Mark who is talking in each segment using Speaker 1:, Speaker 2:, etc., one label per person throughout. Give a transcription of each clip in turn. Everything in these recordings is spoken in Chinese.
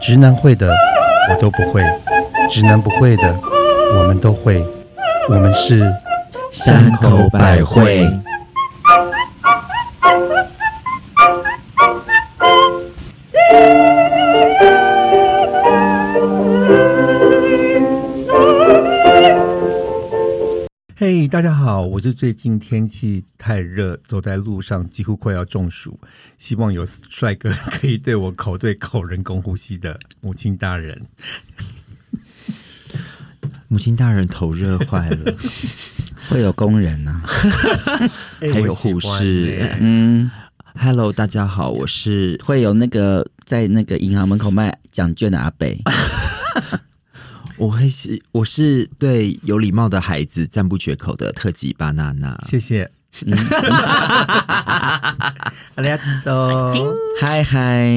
Speaker 1: 直男会的我都不会，直男不会的我们都会，我们是
Speaker 2: 山口百惠。
Speaker 1: 嘿大家好，我是最近天气太热，走在路上几乎快要中暑，希望有帅哥可以对我口对口人工呼吸的母亲大人。
Speaker 2: 母亲大人头热坏了，
Speaker 3: 会有工人呐、
Speaker 1: 哎
Speaker 2: 还有
Speaker 1: 我喜
Speaker 2: 护
Speaker 1: 欢
Speaker 2: 士
Speaker 1: 欸
Speaker 3: 嗯，
Speaker 2: Hello，大家好，我是
Speaker 3: 会有那个在那个银行门口卖奖券的阿北，
Speaker 2: 我会是我是对有礼貌的孩子赞不绝口的特级巴娜娜。
Speaker 1: 谢谢。 阿里亚多，
Speaker 3: 嗨嗨，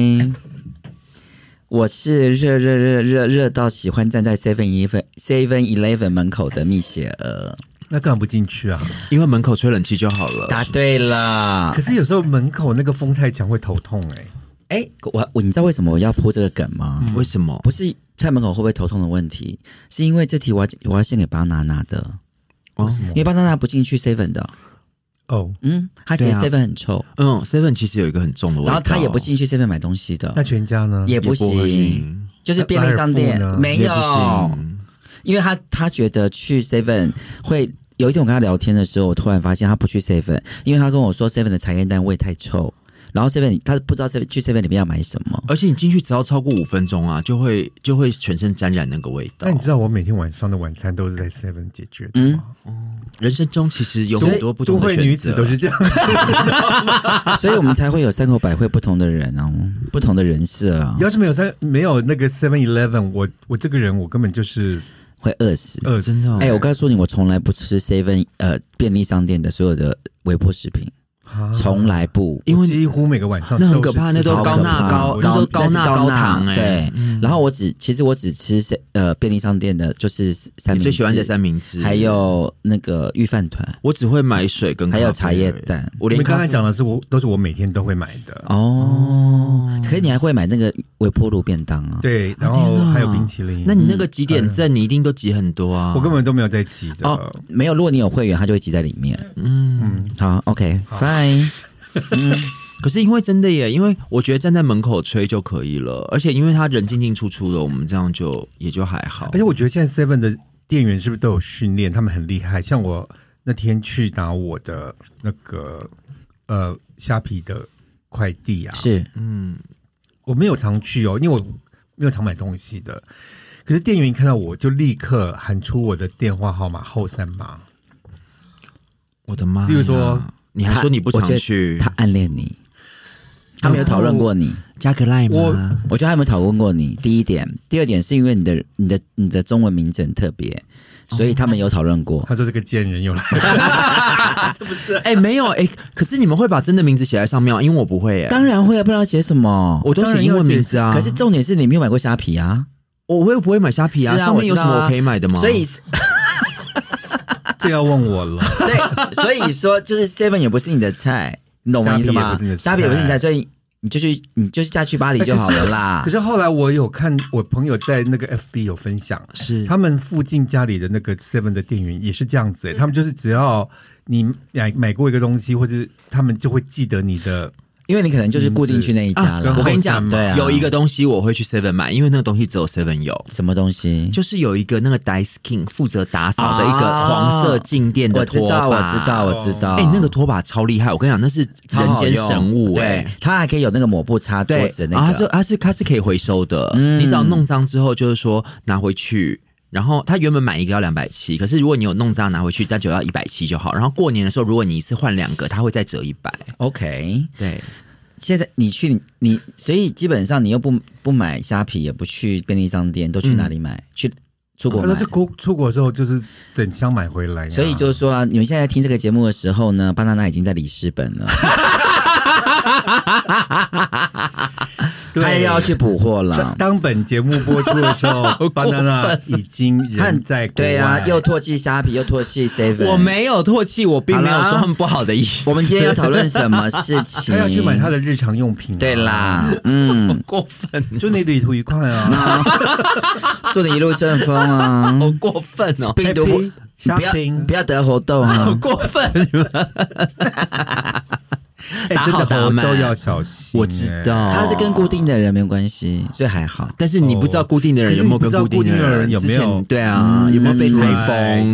Speaker 3: 我是热热热热热到喜欢站在 Seven Eleven Seven Eleven 门口的蜜雪儿，
Speaker 1: 那干嘛不进去啊？
Speaker 2: 因为门口吹冷气就好了。
Speaker 3: 答对了
Speaker 1: 可。是有时候门口那个风太强会头痛哎、
Speaker 3: 哎、我我你知道为什么我要铺这个梗吗？
Speaker 2: 为什么？
Speaker 3: 不是在门口会不会头痛的问题，是因为这题我要我要献给巴娜娜的，
Speaker 2: 哦，
Speaker 3: 因为巴娜娜不进去 Seven 的，
Speaker 1: 哦，
Speaker 3: 嗯，她其实
Speaker 2: 对啊
Speaker 3: Seven 很臭，
Speaker 2: 嗯，Seven 其实有一个很重的味道，
Speaker 3: 然后她也不进去 Seven 买东西的
Speaker 1: 那，全家呢？
Speaker 3: 也不
Speaker 2: 也不会
Speaker 3: 行。
Speaker 2: 嗯
Speaker 3: 就是便利商店
Speaker 1: 那莱尔富呢
Speaker 3: 没
Speaker 2: 也不
Speaker 3: 有，
Speaker 2: 行。
Speaker 3: 因为他他觉得去 Seven 会有一天我跟他聊天的时候，我突然发现他不去 Seven，因为他跟我说 Seven 的茶叶蛋味太臭，然后 Seven 他不知道 Seven 去 Seven 里面要买什么。
Speaker 2: 而且你进去只要超过五分钟啊，就会就会全身沾染那个味道
Speaker 1: 那你。知道我每天晚上的晚餐都是在 Seven 解决的吗？
Speaker 2: 人生中其实有
Speaker 1: 所以
Speaker 2: 嗯很多不
Speaker 1: 都
Speaker 2: 同
Speaker 1: 会
Speaker 2: 的选择，啊
Speaker 1: 女子都是这样。
Speaker 3: 所以我们才会有三口百惠不同的人哦，不同的人设啊，
Speaker 1: 要是没有三没有那个 Seven Eleven，我我这个人我根本就是
Speaker 3: 会饿死。
Speaker 1: 饿死
Speaker 2: 真的哦
Speaker 3: 哎、我告诉你，我从来不吃 Seven 呃便利商店的所有的微波食品，
Speaker 1: 啊
Speaker 3: 从来不。
Speaker 2: 哎因
Speaker 1: 我
Speaker 2: 为
Speaker 1: 几乎每个晚上
Speaker 2: 那很
Speaker 1: 都是
Speaker 2: 可怕
Speaker 1: 吃
Speaker 2: 那都
Speaker 1: 这
Speaker 3: 好
Speaker 1: 个
Speaker 3: 可
Speaker 2: 高钠
Speaker 3: 怕
Speaker 2: 高
Speaker 1: 我
Speaker 2: 那
Speaker 1: 就
Speaker 2: 都
Speaker 3: 高那
Speaker 2: 高
Speaker 3: 是
Speaker 2: 钠
Speaker 3: 高
Speaker 2: 高糖
Speaker 3: 钠
Speaker 2: 欸
Speaker 3: 对，嗯然后我只其实我只吃三呃便利商店的就是三明
Speaker 2: 你
Speaker 3: 治，
Speaker 2: 最喜欢的三明治，
Speaker 3: 还有那个预饭团，
Speaker 2: 我只会买水跟咖
Speaker 3: 还
Speaker 2: 啡
Speaker 3: 有茶叶蛋。
Speaker 2: 我
Speaker 1: 你
Speaker 2: 连
Speaker 1: 们刚才
Speaker 2: 咖啡
Speaker 1: 讲的是我都是我每天都会买的，
Speaker 3: 哦，可是你还会买那个微波炉便当啊？
Speaker 1: 对，然
Speaker 2: 天
Speaker 1: 后
Speaker 2: 哪
Speaker 1: 还有冰淇淋。
Speaker 2: 那你那个几点正，你一定都挤很多啊！
Speaker 1: 我根本都没有在记的。
Speaker 3: 哦，没有，如果你有会员，它就会挤在里面。
Speaker 1: 嗯，
Speaker 3: 好，OK，Fine。
Speaker 2: 可是因为真的耶，因为我觉得站在门口吹就可以了，而且因为他人进进出出的，我们这样就也就还好
Speaker 1: 而。且我觉得现在 Seven 的店员是不是都有训练？他们很厉害。像我那天去拿我的那个呃虾皮的快递啊，
Speaker 3: 是，
Speaker 2: 嗯，
Speaker 1: 我没有常去哦，因为我没有常买东西的。可是店员一看到我就立刻喊出我的电话号码后三码，
Speaker 2: 我的妈呀！
Speaker 1: 例如说
Speaker 2: 你还说你不常去
Speaker 3: 他暗恋你，他没有讨论过你。
Speaker 2: 加个赖
Speaker 1: 我
Speaker 2: 吗？
Speaker 3: 我觉得他有没有讨论过你？第一点，第二点是因为你的、你的、你的中文名字很特别，所以他们有讨论过。
Speaker 1: 他说这个贱人又来，
Speaker 2: 哎、没有哎、可是你们会把真的名字写在上面、啊，因为我不会哎、
Speaker 3: 当然会啊，不然要写什么？
Speaker 2: 我都
Speaker 1: 当然
Speaker 2: 写英文名字啊。
Speaker 3: 可是重点是你没有买过虾皮啊，
Speaker 2: 我我又不会买虾皮啊，
Speaker 3: 是啊
Speaker 2: 上面有什
Speaker 3: 我知道
Speaker 2: 么
Speaker 3: 啊
Speaker 2: 我可以买的吗？
Speaker 3: 所以
Speaker 1: 这要问我了。
Speaker 3: 对，所以说就是 Seven 也不是你的菜，你懂我意思
Speaker 1: 虾皮也
Speaker 3: 吗
Speaker 1: 不是你的？菜
Speaker 3: 虾皮也不是你的菜，所以你就去你就是嫁去巴黎就好了啦。
Speaker 1: 可是后来我有看我朋友在那个 FB 有分享，
Speaker 3: 嗯
Speaker 2: 是
Speaker 1: 他们附近家里的那个 Seven 的店员也是这样子、欸，
Speaker 3: 嗯
Speaker 1: 他们就是只要你买买过一个东西，或者是他们就会记得你的。
Speaker 3: 因为你可能就是固定去那一家了。
Speaker 1: 啊
Speaker 2: 我跟你讲，
Speaker 3: 对啊，
Speaker 2: 有一个东西我会去 Seven 买，因为那个东西只有 Seven 有。
Speaker 3: 什么东西？
Speaker 2: 就是有一个那个 Dice King 负责打扫的一个
Speaker 3: 啊
Speaker 2: 黄色静电
Speaker 3: 我
Speaker 2: 的
Speaker 3: 知
Speaker 2: 拖把，
Speaker 3: 道，我知道，我知道。
Speaker 2: 哎、那个拖把超厉害，我跟你讲，那是
Speaker 3: 超
Speaker 2: 人
Speaker 3: 好
Speaker 2: 间
Speaker 3: 用
Speaker 2: 神物哎、
Speaker 3: 对，它还可以有那个抹布擦桌
Speaker 2: 对啊
Speaker 3: 子，
Speaker 2: 然后
Speaker 3: 那
Speaker 2: 它是
Speaker 3: 个。
Speaker 2: 它是它是可以回收的，你只要弄脏之后，就是说拿回去。然后它原本买一个要两百七，可是如果你有弄脏拿回去，它就要一百七就好。然后过年的时候，如果你一次换两个，它会再折一百。
Speaker 3: OK，
Speaker 2: 对，
Speaker 3: 现在你去你，所以基本上你又不不买虾皮，也不去便利商店，都去哪里
Speaker 1: 嗯
Speaker 3: 买？去出国
Speaker 1: 他说
Speaker 3: 买
Speaker 1: 这。出出国之后就是整箱买回来、啊，
Speaker 3: 所以就是说啦，你们现在听这个节目的时候呢，巴 娜娜已经在里斯本了，
Speaker 1: 对
Speaker 3: 她在又要去补货了。
Speaker 1: 当本节目播出的 时候，banana 已经人在国外。
Speaker 3: 对呀、又唾弃虾皮，又唾弃 Seven。
Speaker 2: 我，没有唾弃，我并没有说他们不好的意思。
Speaker 3: 我们今天要 讨论什 么事情？
Speaker 1: 他要去买他的日常用品、啊
Speaker 3: 对，啦，嗯，
Speaker 2: 过分，哦
Speaker 1: 祝你旅途愉快 啊！
Speaker 3: 祝你一路顺风 啊！
Speaker 2: 好过分哦，
Speaker 3: 病毒不
Speaker 1: Happy
Speaker 3: 不要
Speaker 1: shopping
Speaker 3: 不要得活动
Speaker 1: 哦
Speaker 2: 好
Speaker 3: 啊！
Speaker 2: 过分！哦
Speaker 1: 哎
Speaker 2: 打
Speaker 1: 真
Speaker 2: 好
Speaker 1: 的
Speaker 2: 打
Speaker 1: 猴
Speaker 2: 满
Speaker 1: 都要小心、 欸
Speaker 2: 我知道，
Speaker 3: 他是跟固定的人没有关系，所以还好。
Speaker 2: 但是你不知道固定的人有没有跟
Speaker 1: 哦可是你不知道
Speaker 2: 定
Speaker 1: 固定的
Speaker 2: 人
Speaker 1: 人有没有
Speaker 2: 之前对啊，有没有被
Speaker 1: 嗯
Speaker 2: 采
Speaker 1: 对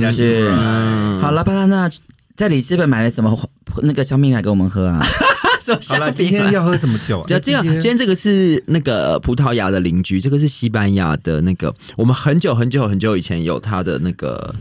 Speaker 2: 风？
Speaker 1: 是
Speaker 2: 嗯
Speaker 3: 好了，巴拉那在里斯本买了什么那个香槟来给我们喝 啊？
Speaker 2: 什么
Speaker 1: 好了，
Speaker 2: 香
Speaker 1: 今
Speaker 2: 槟啊
Speaker 1: 天？要喝什么酒啊？
Speaker 2: 就这样，
Speaker 1: 今
Speaker 2: 今
Speaker 1: 天
Speaker 2: 天这个是那个呃葡萄牙的邻居，这个是西班牙的那个，我们很久很久很久以前有他的那个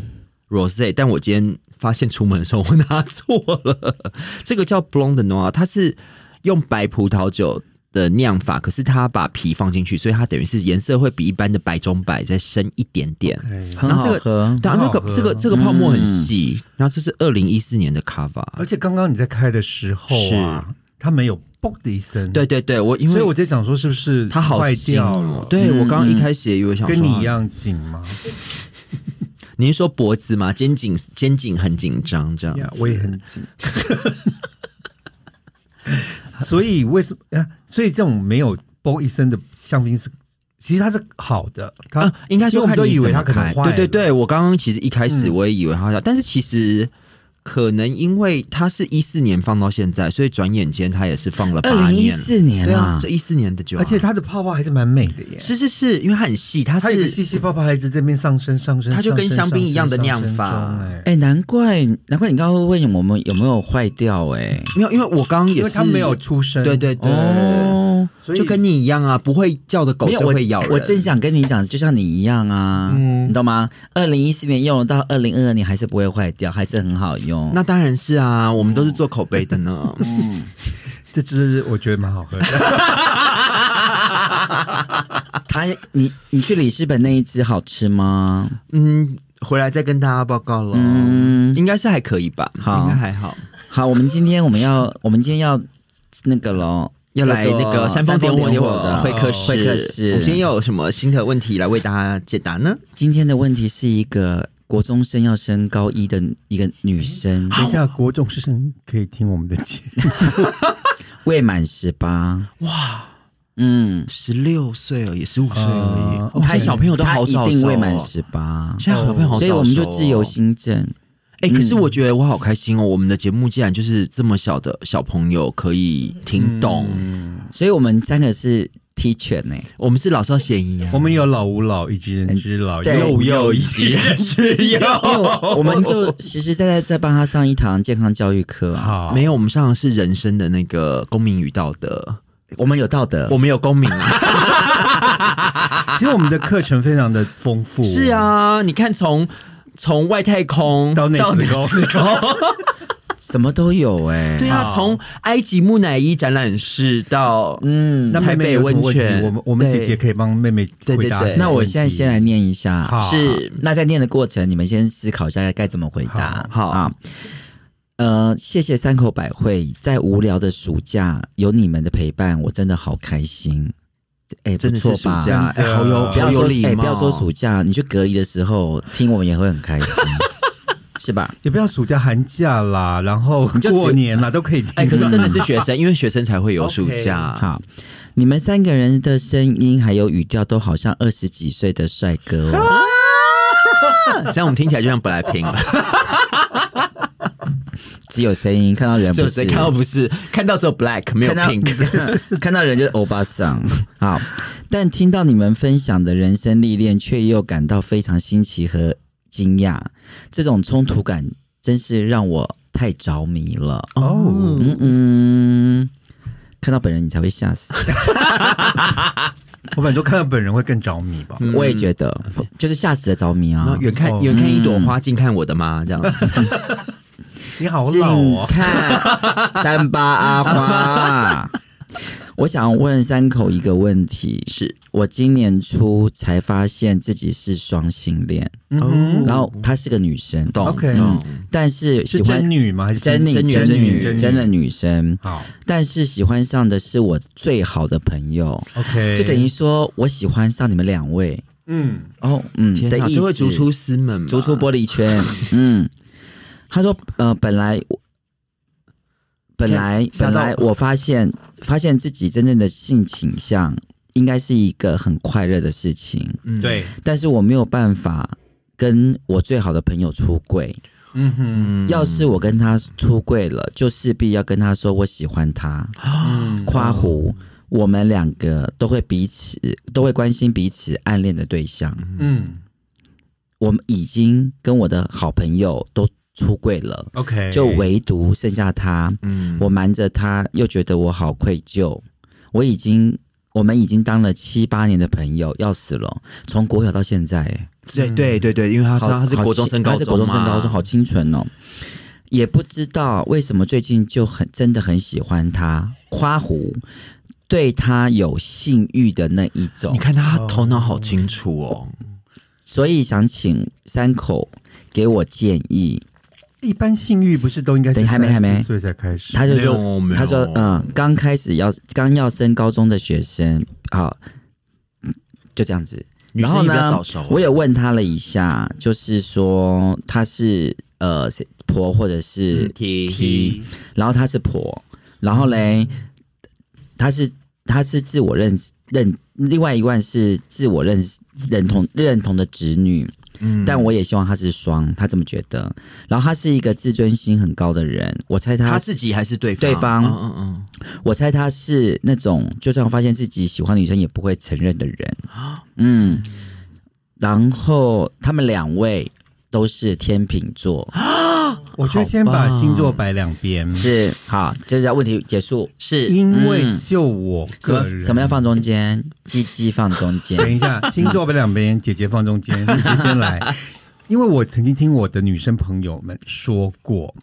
Speaker 2: rose，但我今天发现出门的时候我拿错了， 这个叫 blonde de noir，它是用白葡萄酒。的酿法，可是它把皮放进去，所以它等于是颜色会比一般的白中白再深一点点。
Speaker 1: 哎
Speaker 3: 很
Speaker 2: 然
Speaker 3: 好
Speaker 2: 后这个
Speaker 3: 喝。
Speaker 2: 对啊，
Speaker 1: 很
Speaker 2: 这
Speaker 1: 好
Speaker 2: 个
Speaker 1: 喝
Speaker 2: 这个这个泡沫
Speaker 3: 嗯
Speaker 2: 很细，然后这是二零一四年的 cover，
Speaker 1: 而且刚刚你在开的时候啊，它没有“嘣”的一声，
Speaker 2: 对，对对，我因
Speaker 1: 所以
Speaker 2: 为
Speaker 1: 我在想说是不是
Speaker 2: 它好
Speaker 1: 坏
Speaker 2: 紧
Speaker 1: 掉
Speaker 2: 哦
Speaker 1: 了，？
Speaker 2: 对
Speaker 3: 嗯
Speaker 2: 我刚刚一开始也以为想说
Speaker 1: 跟你一，样紧吗？
Speaker 2: 你是说脖子吗？肩颈肩颈很紧张这样
Speaker 1: 呀，我也很紧。 所以为什么啊？所以这种没有啵一声的香槟是，其实它是好的。它、
Speaker 2: 啊，应该
Speaker 1: 因为
Speaker 2: 说
Speaker 1: 我们
Speaker 2: 看
Speaker 1: 都
Speaker 2: 你
Speaker 1: 以为
Speaker 2: 怎
Speaker 1: 它
Speaker 2: 么
Speaker 1: 可能
Speaker 2: 开
Speaker 1: 坏
Speaker 2: 对对
Speaker 1: 了
Speaker 2: 对，我刚刚其实一开始
Speaker 1: 嗯
Speaker 2: 我也以为它坏掉，但是其实。可能因为它是一四年放到现在，所以转眼间它也是放了
Speaker 3: 二
Speaker 2: 八
Speaker 3: 零一
Speaker 2: 年了。
Speaker 3: 四年
Speaker 2: 对啊
Speaker 3: 啊，，
Speaker 2: 这一四年的酒啊、
Speaker 1: 而且它的泡泡还是蛮美的耶。
Speaker 2: 是是是因为它很细，它
Speaker 1: 它有个
Speaker 2: 是
Speaker 1: 细细泡泡还一直在这边上升上升，
Speaker 2: 它就跟
Speaker 1: 上升
Speaker 2: 香槟一样的酿法
Speaker 1: 上升中哎、
Speaker 3: 哎、难怪难怪你刚刚会问我们有没有坏掉哎、
Speaker 2: 没有，因为我刚刚也是
Speaker 1: 因为它没有出声，
Speaker 2: 对对对，
Speaker 3: 哦，
Speaker 1: 所以
Speaker 2: 就跟你一样啊，不会叫的狗
Speaker 3: 没有
Speaker 2: 就
Speaker 3: 我
Speaker 2: 会咬人。
Speaker 3: 我正想跟你讲，就像你一样啊，
Speaker 1: 嗯
Speaker 3: 你懂吗？二零一四年用了到二零二二年还是不会坏掉，还是很好用。
Speaker 2: 那当然是啊，我们都是做口碑的 呢。
Speaker 1: 这支我觉得蛮好喝的。
Speaker 3: 啊他你你去里斯本那一只好吃吗？
Speaker 2: 嗯，回来再跟大家报告了。
Speaker 3: 嗯
Speaker 2: 应该是还可以吧，
Speaker 3: 好
Speaker 2: 应该还好。
Speaker 3: 好，我们今天我们 要我们今天要那个喽，
Speaker 2: 要来
Speaker 3: 叫做
Speaker 2: 那个
Speaker 3: 煽
Speaker 2: 煽风点
Speaker 3: 火
Speaker 2: 火
Speaker 3: 的
Speaker 2: 会客
Speaker 1: 哦
Speaker 2: 室，
Speaker 3: 会客室
Speaker 2: 我们今天又有什么新的问题来为大家解答呢？
Speaker 3: 今天的问题是一个国中生要升高一的一个女生，
Speaker 1: 等一下，国中生可以听我们的节目，
Speaker 3: 未满十八，哇，嗯，
Speaker 2: 十六岁而已，十五岁而已
Speaker 1: 啊，
Speaker 3: 哦
Speaker 2: 呃我们现在小朋友都好
Speaker 3: 她
Speaker 2: 早
Speaker 3: 一定
Speaker 2: 熟
Speaker 3: 未满
Speaker 2: 哦。
Speaker 3: 十八，
Speaker 2: 现在小朋友好早熟哦，
Speaker 3: 所以我们就自由嗯新政。
Speaker 2: 哎、可是我觉得我好开心哦！我们的节目竟然就是这么小的小朋友可以听懂，
Speaker 3: 所以我们三个是踢拳呢、
Speaker 2: 我们是老少咸宜啊。
Speaker 1: 我们有老吾老以及人之老，
Speaker 3: 对
Speaker 1: 幼
Speaker 2: 幼
Speaker 1: 吾
Speaker 2: 幼
Speaker 1: 幼
Speaker 2: 以
Speaker 1: 以
Speaker 2: 及
Speaker 1: 及
Speaker 2: 人之幼，
Speaker 3: 我们就实实在在在帮他上一堂健康教育课啊。
Speaker 1: 好
Speaker 2: 没有，我们上的是人生的那个公民与道德，
Speaker 3: 我们有道德，
Speaker 2: 我们有公 民啊。
Speaker 1: 其实我们的课程非常的丰富，
Speaker 2: 是，啊，你看从从外太空
Speaker 1: 到内
Speaker 2: 到
Speaker 1: 子宫
Speaker 2: 内子宫
Speaker 3: 什么都有哎、
Speaker 2: 对啊，
Speaker 1: 好
Speaker 2: 从埃及木乃伊展览室到
Speaker 3: 嗯，
Speaker 1: 那妹妹有什么问题
Speaker 2: 台北温泉
Speaker 1: 我们我们
Speaker 2: 对
Speaker 1: 姐姐可以帮妹妹
Speaker 2: 对对
Speaker 1: 回答这
Speaker 2: 对
Speaker 1: 个问题。
Speaker 3: 那我现在先来念一下。
Speaker 1: 好
Speaker 2: 是
Speaker 3: 那在念的过程，你们先思考一下该怎么回答。
Speaker 2: 好好
Speaker 3: 啊，呃，谢谢三口百惠，在无聊的暑假有你们的陪伴，我真的好开心。哎、
Speaker 2: 真的
Speaker 3: 不
Speaker 2: 是暑
Speaker 3: 错吧？
Speaker 2: 假，哎、
Speaker 1: 真的
Speaker 2: 好有
Speaker 1: 不
Speaker 3: 不要
Speaker 2: 好有
Speaker 3: 说
Speaker 2: 礼
Speaker 3: 哎、
Speaker 2: 貌，
Speaker 3: 不要说暑假，你去隔离的时候听我们也会很开 心，是吧？
Speaker 1: 也不要暑假、寒假啦，然后
Speaker 3: 就只
Speaker 1: 过年啦，都可以听。
Speaker 3: 嗯
Speaker 2: 哎、可是真的是学生，因为学生才会有 暑
Speaker 1: OK
Speaker 2: 假。
Speaker 3: 好，你们三个人的声音还有语调都好像二十几岁的帅哥 哦。
Speaker 2: 这样我们听起来就像本来平了，
Speaker 3: 只有声音，看到人
Speaker 2: 就
Speaker 3: 不
Speaker 2: 是
Speaker 3: 是
Speaker 2: 看到不是看到只有 black 没有
Speaker 3: 看到
Speaker 2: pink，
Speaker 3: 看到人就是欧巴 桑。好，但听到你们分享的人生历练，却又感到非常新奇和惊讶，这种冲突感真是让我太着迷了。
Speaker 1: 哦，
Speaker 3: 嗯嗯，看到本人你才会吓 死。
Speaker 1: 我本来说看到本人会更着迷吧。
Speaker 2: 嗯
Speaker 3: 我也觉得，就是吓死的着迷
Speaker 2: 然
Speaker 3: 啊嗯
Speaker 2: 后。远看
Speaker 1: 哦
Speaker 2: 远看一朵花，近看我的 妈，这样
Speaker 1: 你好
Speaker 3: 近
Speaker 1: 老哦，
Speaker 3: 看三八阿花。我想问三口一个问题：
Speaker 2: 是
Speaker 3: 我今年初才发现自己是双性恋，
Speaker 1: 嗯
Speaker 3: 然后她是个女生，
Speaker 2: 懂
Speaker 1: OK
Speaker 2: 懂
Speaker 3: 但是
Speaker 1: 是
Speaker 3: 喜欢
Speaker 1: 真女吗？还是
Speaker 3: 真女
Speaker 1: 真
Speaker 3: 真
Speaker 1: 女
Speaker 3: 女真的女生，
Speaker 1: 好
Speaker 3: 但是喜欢上的是我最好的朋友，
Speaker 1: ，OK，
Speaker 3: 就等于说我喜欢上你们两位
Speaker 1: 嗯，
Speaker 3: 哦，嗯
Speaker 2: 天
Speaker 3: 的
Speaker 2: 哪，
Speaker 3: 意
Speaker 2: 就会
Speaker 3: 思，
Speaker 2: 逐出师门吧，
Speaker 3: 逐出玻璃圈， 嗯，他说呃，本来我本来
Speaker 2: 吓
Speaker 3: 本
Speaker 2: 到
Speaker 3: 来我发现发现自己真正的性倾向应该是一个很快乐的事情，
Speaker 2: 嗯，
Speaker 1: 对，
Speaker 3: 但是我没有办法跟我最好的朋友出柜。
Speaker 1: 嗯哼，
Speaker 3: 要是我跟他出柜了，就势必要跟他说我喜欢他。
Speaker 1: 嗯
Speaker 3: 夸胡，我们两个都会彼此都会关心彼此暗恋的对象。
Speaker 1: 嗯
Speaker 3: 我们已经跟我的好朋友都出柜了，
Speaker 1: ，OK，
Speaker 3: 就唯独剩下他。
Speaker 2: 嗯，
Speaker 3: 我瞒着他，又觉得我好愧疚。我已经，我们已经当了七八年的朋友，要死了。从国小到现在、哎
Speaker 2: 对对对对，因为他是
Speaker 3: 好
Speaker 2: 他是
Speaker 3: 好
Speaker 2: 国中
Speaker 3: 清
Speaker 2: 升高中嘛，
Speaker 3: 他是国中升高中，好清纯哦。也不知道为什么最近就很真的很喜欢他，夸胡，对他有性欲的那一种
Speaker 2: 你。看他头脑好清楚哦，
Speaker 3: 所以想请三口给我建议。
Speaker 1: 一般性欲不是都应该是
Speaker 3: 等还没还没
Speaker 1: 34岁才开始？
Speaker 3: 他就
Speaker 2: 没
Speaker 3: 说
Speaker 2: 有没，有
Speaker 3: 他说，嗯，刚开始要刚要升高中的学生，好，就这样子。
Speaker 2: 女
Speaker 3: 然
Speaker 2: 生
Speaker 3: 后
Speaker 2: 也比较
Speaker 3: 呢
Speaker 2: 早熟，啊
Speaker 3: 我也问他了一下，就是说他是呃是婆或者是
Speaker 2: T
Speaker 3: 嗯提然后她是婆，然后嘞，她是她是自我认认，另外一万是自我认认同认同的侄女，
Speaker 2: 嗯
Speaker 3: 但我也希望她是双，她这么觉得。然后她是一个自尊心很高的人，我猜她
Speaker 2: 他自己还是对方？
Speaker 3: 对方
Speaker 2: 嗯嗯嗯，
Speaker 3: 我猜她是那种就算发现自己喜欢女生也不会承认的人，
Speaker 2: 啊
Speaker 3: 嗯。然后他们两位都是天秤座，
Speaker 1: 我觉得先把星座摆两边，
Speaker 3: 是好，这家问题结束。
Speaker 2: 是
Speaker 1: 因为就我
Speaker 3: 什
Speaker 1: 个
Speaker 3: 么
Speaker 1: 人，
Speaker 3: 什么要放中间？鸡鸡放中
Speaker 1: 等
Speaker 3: 间。
Speaker 1: 一 下，星座被两边，姐姐放中间，姐姐先来。因为我曾经听我的女生朋友们说过，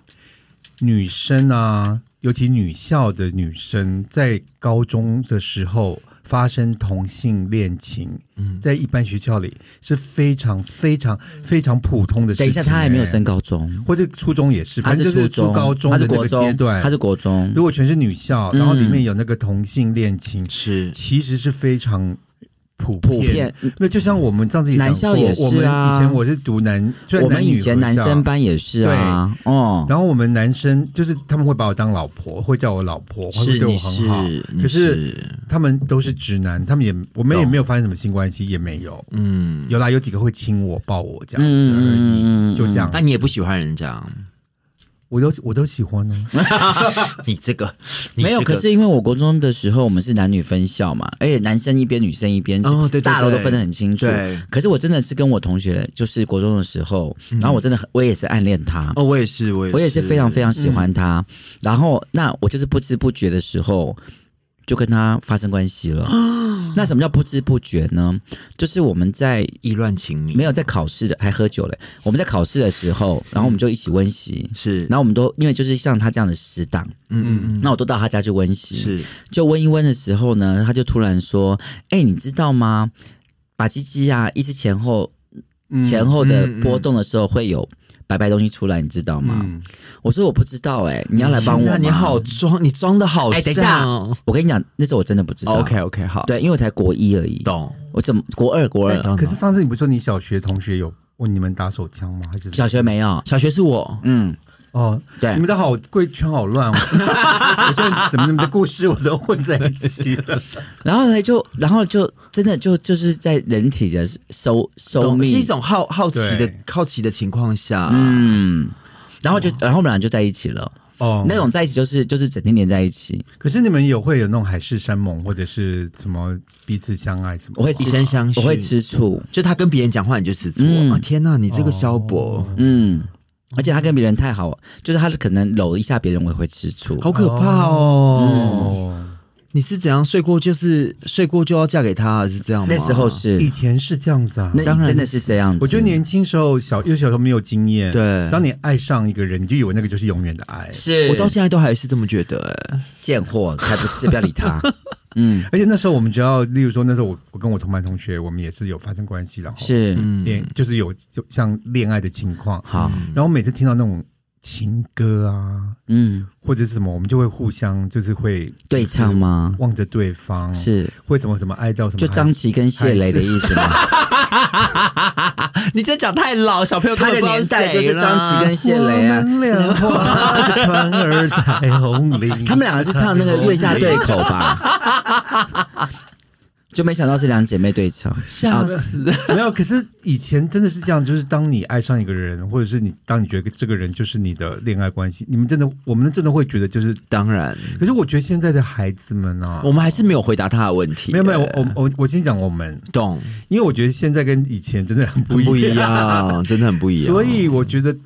Speaker 1: 女生啊，尤其女校的女生，在高中的时候发生同性恋情，
Speaker 3: 嗯
Speaker 1: 在一般学校里是非常非常非常普通的事情、欸
Speaker 3: 等一下，他还没有，升高中，
Speaker 1: 或者初中也是，
Speaker 3: 他
Speaker 1: 反正就是
Speaker 3: 初
Speaker 1: 初
Speaker 3: 中，
Speaker 1: 高中
Speaker 3: 他
Speaker 1: 的
Speaker 3: 是
Speaker 1: 那
Speaker 3: 国
Speaker 1: 个阶
Speaker 3: 中，
Speaker 1: 段，
Speaker 3: 他是嗯国中
Speaker 1: 如。果全是女校，然后里面有那个同性恋情，
Speaker 2: 是，
Speaker 1: 其实是非常普
Speaker 3: 普遍，
Speaker 1: 那就像我们上次也讲过
Speaker 3: 男校也是啊
Speaker 1: 我们以前我是读男，虽然
Speaker 3: 我们
Speaker 1: 男女
Speaker 3: 以前
Speaker 1: 合
Speaker 3: 男
Speaker 1: 校
Speaker 3: 生，班也是啊，哦，
Speaker 1: 然后我们男生就是他们会把我当老婆，会叫我老婆，
Speaker 3: 哦
Speaker 1: 或者
Speaker 2: 是
Speaker 1: 对我
Speaker 2: 你
Speaker 1: 很好。
Speaker 2: 你
Speaker 1: 可
Speaker 2: 是
Speaker 1: 他们都是直男，他们也我们也
Speaker 2: 懂
Speaker 1: 没有发生什么性关系，也没有。
Speaker 2: 嗯，
Speaker 1: 有啦，有几个会亲我、抱我这样子而已，
Speaker 3: 嗯
Speaker 1: 就这样。
Speaker 2: 但你也不喜欢人家，
Speaker 1: 我都我都喜欢啊呢、
Speaker 2: 你 这个你
Speaker 3: 没有。
Speaker 2: 这个
Speaker 3: 可是因为我国中的时候，我们是男女分校嘛，而且男生一边，女生一边，
Speaker 2: 哦对对
Speaker 3: 大楼都
Speaker 2: 对
Speaker 3: 分得很清楚。
Speaker 2: 对
Speaker 3: 可是我真的是跟我同学，就是国中的时候，
Speaker 1: 嗯
Speaker 3: 然后我真的很，我也是暗恋他，
Speaker 2: 哦，我也是，我也
Speaker 3: 我也是非常非常喜欢
Speaker 2: 嗯
Speaker 3: 他。然后，那我就是不知不觉的时候就跟他发生关系了。
Speaker 2: 啊
Speaker 3: 那什么叫不知不觉呢？就是我们在
Speaker 2: 意乱情迷，
Speaker 3: 没有在考试的，还喝酒嘞。我们在考试的时候，然后我们就一起温习。
Speaker 2: 是，
Speaker 3: 然后我们都因为就是像他这样的死党，
Speaker 2: 嗯嗯嗯，
Speaker 3: 那我都到他家去温习。，
Speaker 2: 是
Speaker 3: 就温一温的时候呢，他就突然说：“哎、你知道吗？把鸡鸡啊，一直前后
Speaker 1: 嗯
Speaker 3: 前后的
Speaker 2: 嗯嗯
Speaker 3: 波动的时候，会有白白东西出来，你知道吗？”
Speaker 1: 嗯，
Speaker 3: 我说我不知道哎、你要来帮我
Speaker 2: 天
Speaker 3: 吗
Speaker 2: 哪你好，装，你装的好
Speaker 3: 哎等一下
Speaker 2: 像哦
Speaker 3: 我跟你讲，那时候我真的不知道。
Speaker 2: ，OK OK，好，
Speaker 3: 对，因为我才国一而已，
Speaker 2: 懂，
Speaker 3: 我怎么国二国
Speaker 1: 哎
Speaker 3: 二
Speaker 1: 可是上次你不是说你小学同学有问你们打手枪吗？还是
Speaker 3: 小学没有，
Speaker 2: 小学是我，
Speaker 3: 嗯，
Speaker 1: 哦，
Speaker 3: 对
Speaker 1: 你们的好贵圈好乱，我哦 我现在怎么你们的故事我都混在一起了。
Speaker 3: 然后呢就然后就真的就就是在人体的收收
Speaker 2: 懂，是
Speaker 3: 密
Speaker 2: 一，种好好奇的
Speaker 1: 对
Speaker 2: 好奇的情况下，
Speaker 3: 嗯，然后就然后我们俩就在一起了，
Speaker 1: 哦，
Speaker 3: 那种在一起就是就是整天黏在一起，
Speaker 1: 可是你们有会有那种海誓山盟，或者是什么彼此相爱什么？
Speaker 3: 我会
Speaker 2: 以
Speaker 3: 吃
Speaker 2: 身相许，
Speaker 3: 我会吃醋，
Speaker 2: 就他跟别人讲话，你就吃醋。
Speaker 3: 嗯
Speaker 2: 啊天哪，你这个萧
Speaker 1: 哦
Speaker 2: 伯，
Speaker 3: 嗯。而且他跟别人太好，就是他可能搂一下别人，我也会吃醋。
Speaker 2: 好可怕哦！
Speaker 1: 哦，
Speaker 2: 你是怎样睡过就是睡过就要嫁给他，是这样吗？
Speaker 3: 那时候是
Speaker 1: 以，前是这样子啊。
Speaker 3: 嗯那
Speaker 2: 当然
Speaker 3: 真的是这样子。
Speaker 1: 我觉得年轻时候小，因为小时候没有经验，
Speaker 2: 对
Speaker 1: 当你爱上一个人，你就以为那个就是永远的爱。
Speaker 3: 是
Speaker 2: 我到现在都还是这么觉得、哎
Speaker 3: 贱货才不是，不要理他。嗯，
Speaker 1: 而且那时候我们只要，例如说那时候我我跟我同班同学，我们也是有发生关系，然后
Speaker 3: 是，
Speaker 1: 恋、就是有就像恋爱的情况，
Speaker 3: 好，
Speaker 1: 然后每次听到那种情歌啊
Speaker 3: 嗯，
Speaker 1: 或者是什么，我们就会互相就是会
Speaker 3: 对唱？吗？
Speaker 1: 望着对方，
Speaker 3: 是，
Speaker 1: 会什么什么爱到什么，
Speaker 3: 就张琪跟谢雷的意思吗？
Speaker 2: 你这讲太老，小朋友
Speaker 3: 他的年代就是张琪跟谢雷啊
Speaker 1: 我。们俩花着船儿彩虹里，
Speaker 3: 他们两个是唱那个月下对口吧？ 就没想到是两姐妹对唱，
Speaker 2: 笑死。
Speaker 1: 没有，可是以前真的是这样，就是当你爱上一个人，或者是你当你觉得这个人就是你的恋爱关系，你们真的，我们真的会觉得就是。
Speaker 2: 当然，
Speaker 1: 可是我觉得现在的孩子们啊，
Speaker 2: 我们还是没有回答他的问题。哎
Speaker 1: 没有没有，我我我我先讲我们，
Speaker 2: 懂，
Speaker 1: 因为我觉得现在跟以前真的很不
Speaker 2: 很不
Speaker 1: 一
Speaker 2: 一
Speaker 1: 样，
Speaker 2: 样， 真的很不一样。
Speaker 1: 所以我觉得。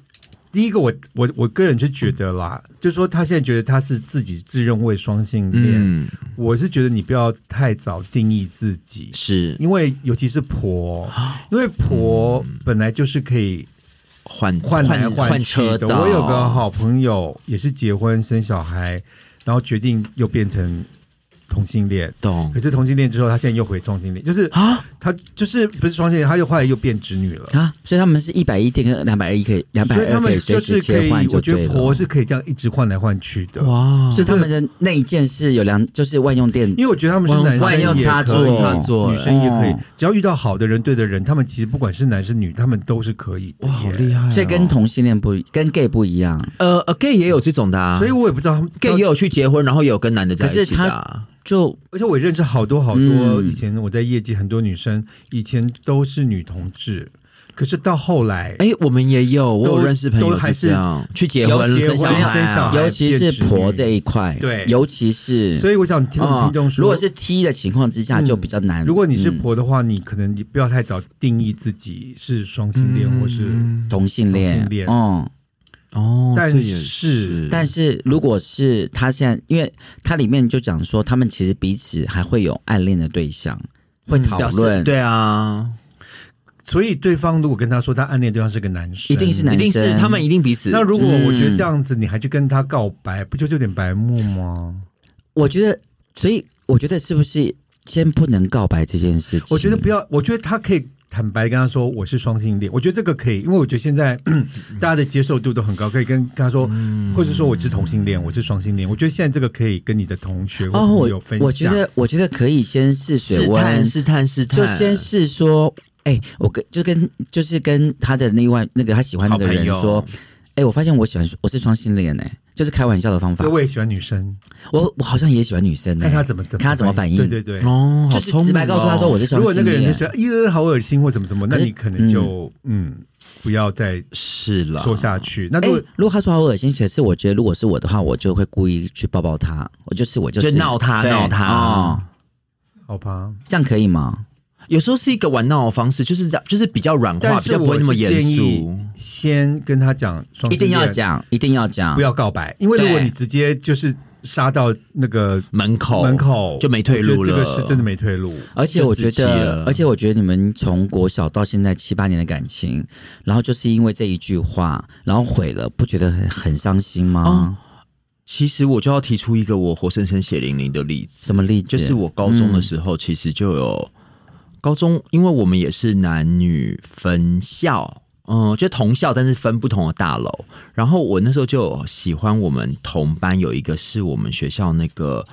Speaker 1: 第一个我，我我个人就觉得啦，就是说他现在觉得他是自己自认为双性恋，
Speaker 2: 嗯，
Speaker 1: 我是觉得你不要太早定义自己，
Speaker 2: 是
Speaker 1: 因为尤其是婆，
Speaker 2: 啊
Speaker 1: 因为婆本来就是可以
Speaker 2: 换
Speaker 1: 换来
Speaker 2: 嗯换
Speaker 1: 去
Speaker 2: 车
Speaker 1: 的。
Speaker 2: 道。
Speaker 1: 我有个好朋友也是结婚生小孩，然后决定又变成同性恋。
Speaker 2: 懂
Speaker 1: 可是同性恋之后，他现在又回双性恋，就是
Speaker 2: 啊，
Speaker 1: 他就是不是双性恋，他又后来又变直女了。
Speaker 3: 啊，所以他们是一百一店跟两百一可以，两百
Speaker 1: 所以
Speaker 3: 二
Speaker 1: 他
Speaker 3: 可
Speaker 1: 们
Speaker 3: 以随
Speaker 1: 就
Speaker 3: 时
Speaker 1: 是可
Speaker 3: 切
Speaker 1: 以
Speaker 3: 换，，就
Speaker 1: 我觉
Speaker 3: 对
Speaker 1: 得
Speaker 3: 了。
Speaker 1: 婆是可以这样一直换来换去的。
Speaker 2: 哇，
Speaker 3: 所以他们的那一件是有两，就是万用店
Speaker 1: 因为我觉得他们是男
Speaker 3: 万
Speaker 1: 生
Speaker 3: 用
Speaker 1: 也
Speaker 3: 插
Speaker 1: 可以
Speaker 3: 座插
Speaker 2: 座哎
Speaker 1: 女生也可以
Speaker 3: 哦，
Speaker 1: 只要遇到好的人、对的人，他们其实不管是男是女，他们都是可以的。
Speaker 2: 哇，好厉害哦！
Speaker 3: 所以
Speaker 1: 哎
Speaker 3: 跟同性恋不一，跟 gay 不一样，
Speaker 2: 呃呃 gay 也有这种的啊，
Speaker 1: 所以我也不知道他们
Speaker 2: gay 也有去结婚，然后也有跟男的在一
Speaker 3: 可
Speaker 2: 起
Speaker 3: 是
Speaker 2: 的
Speaker 3: 他
Speaker 2: 啊。
Speaker 3: 就
Speaker 1: 而且我认识好多好多，
Speaker 3: 嗯
Speaker 1: 以前我在业界很多女生，以前都是女同志，可是到后来，
Speaker 2: 哎，我们也有，我有
Speaker 1: 都
Speaker 2: 认识朋友
Speaker 1: 都还
Speaker 2: 这样去结
Speaker 1: 有
Speaker 2: 婚
Speaker 1: 结
Speaker 2: 生小
Speaker 1: 婚
Speaker 2: 孩
Speaker 1: 生小
Speaker 2: 啊
Speaker 1: 孩，
Speaker 3: 尤其是婆这一块，
Speaker 1: 对
Speaker 3: 尤其是
Speaker 1: 所以我想听我
Speaker 2: 哦
Speaker 1: 们听众
Speaker 3: 嗯
Speaker 1: 说，
Speaker 3: 如果是 T 的情况之下
Speaker 1: 嗯
Speaker 3: 就比较难。
Speaker 1: 如果你是
Speaker 3: 嗯
Speaker 1: 婆的话，你可能你不要太早定义自己是双性恋或是，
Speaker 2: 嗯
Speaker 3: 同性
Speaker 1: 同
Speaker 3: 恋，
Speaker 1: 性恋
Speaker 3: 嗯，
Speaker 2: 哦，
Speaker 1: 但
Speaker 2: 这也
Speaker 1: 是
Speaker 3: 但是如果是他现在，因为他里面就讲说，他们其实彼此还会有暗恋的对象，会
Speaker 1: 嗯
Speaker 3: 讨
Speaker 2: 表示
Speaker 3: 论，
Speaker 2: 对啊，
Speaker 1: 所以对方如果跟他说他暗恋对象是个男生，
Speaker 3: 一定是
Speaker 2: 一
Speaker 3: 男
Speaker 2: 定是
Speaker 3: 生
Speaker 2: 他们一定彼此。
Speaker 1: 那如果
Speaker 3: 嗯
Speaker 1: 我觉得这样子，你还去跟他告白，不就是有点白目吗？
Speaker 3: 我觉得，所以我觉得是不是先不能告白这件事情？
Speaker 1: 我觉得不要，我觉得他可以坦白跟他说我是双性恋，我觉得这个可以，因为我觉得现 在大家的接受度都很高，可以跟他说，或者说我是同性恋，我是双性恋，我觉得现在这个可以跟你的同学或
Speaker 3: 哦，
Speaker 1: 朋友
Speaker 3: 我
Speaker 1: 分享。
Speaker 3: 我觉得我觉得可以先试水
Speaker 2: 试探
Speaker 3: 温，
Speaker 2: 试探试探，
Speaker 3: 就先试说，哎、我跟就跟就是跟他的另外那个他喜欢那个人
Speaker 2: 好朋友
Speaker 3: 说，哎、我发现我喜欢我是双性恋哎、就是开玩笑的方法
Speaker 1: 所以。我也喜欢女生，
Speaker 3: 我我好像也喜欢女生哎、
Speaker 1: 看他怎么怎
Speaker 3: 看他怎么反应
Speaker 1: 对对对，
Speaker 2: 哦，好
Speaker 3: 就是
Speaker 2: 聪明
Speaker 3: 直白告诉他
Speaker 2: 哦
Speaker 3: 说我是双
Speaker 1: 如果那
Speaker 3: 性
Speaker 1: 个人就
Speaker 3: 恋
Speaker 1: 觉。得哎呦好恶心或什么什么，那
Speaker 3: 可是
Speaker 1: 你可能就嗯不要再
Speaker 2: 是了，
Speaker 1: 说下去。那
Speaker 3: 哎、
Speaker 1: 如果哦
Speaker 3: 如果他说好恶心，可是我觉得如果是我的话，我就会故意去抱抱他，我就是我就是
Speaker 2: 就闹他
Speaker 3: 对
Speaker 2: 闹他
Speaker 3: 哦，
Speaker 1: 好吧，
Speaker 3: 这样可以吗？
Speaker 2: 有时候是一个玩闹的方式，就是这样就是比较软化，
Speaker 1: 但
Speaker 2: 比
Speaker 1: 是
Speaker 2: 较不
Speaker 1: 我
Speaker 2: 会那么
Speaker 1: 是
Speaker 2: 严
Speaker 1: 建
Speaker 2: 肃
Speaker 1: 议。先跟他讲
Speaker 2: 哦
Speaker 1: 双
Speaker 3: 一
Speaker 1: 性
Speaker 3: 定
Speaker 1: 恋，
Speaker 3: 要讲，一定要讲，
Speaker 1: 不要告白，因为如果
Speaker 3: 对
Speaker 1: 你直接就是杀到那个
Speaker 2: 门口
Speaker 1: 门口
Speaker 2: 就没退路
Speaker 1: 我觉
Speaker 2: 了，呃
Speaker 1: 得这个是真的没退路。
Speaker 3: 而且
Speaker 2: 就
Speaker 3: 我
Speaker 2: 死
Speaker 3: 觉
Speaker 2: 期
Speaker 3: 得
Speaker 2: 了，
Speaker 3: 而且我觉得你们从国小到现在七八年的感情，然后就是因为这一句话，然后毁了，不觉得很很伤心
Speaker 2: 哦
Speaker 3: 吗？
Speaker 2: 其实我就要提出一个我活生生血淋淋的例子，
Speaker 3: 什么例子？
Speaker 2: 就是我高中的
Speaker 3: 嗯
Speaker 2: 时候，其实就有、高中，因为我们也是男女分校，嗯，就同校，但是分不同的大楼。然后我那时候就有喜欢我们同班有一个是我们学校那个。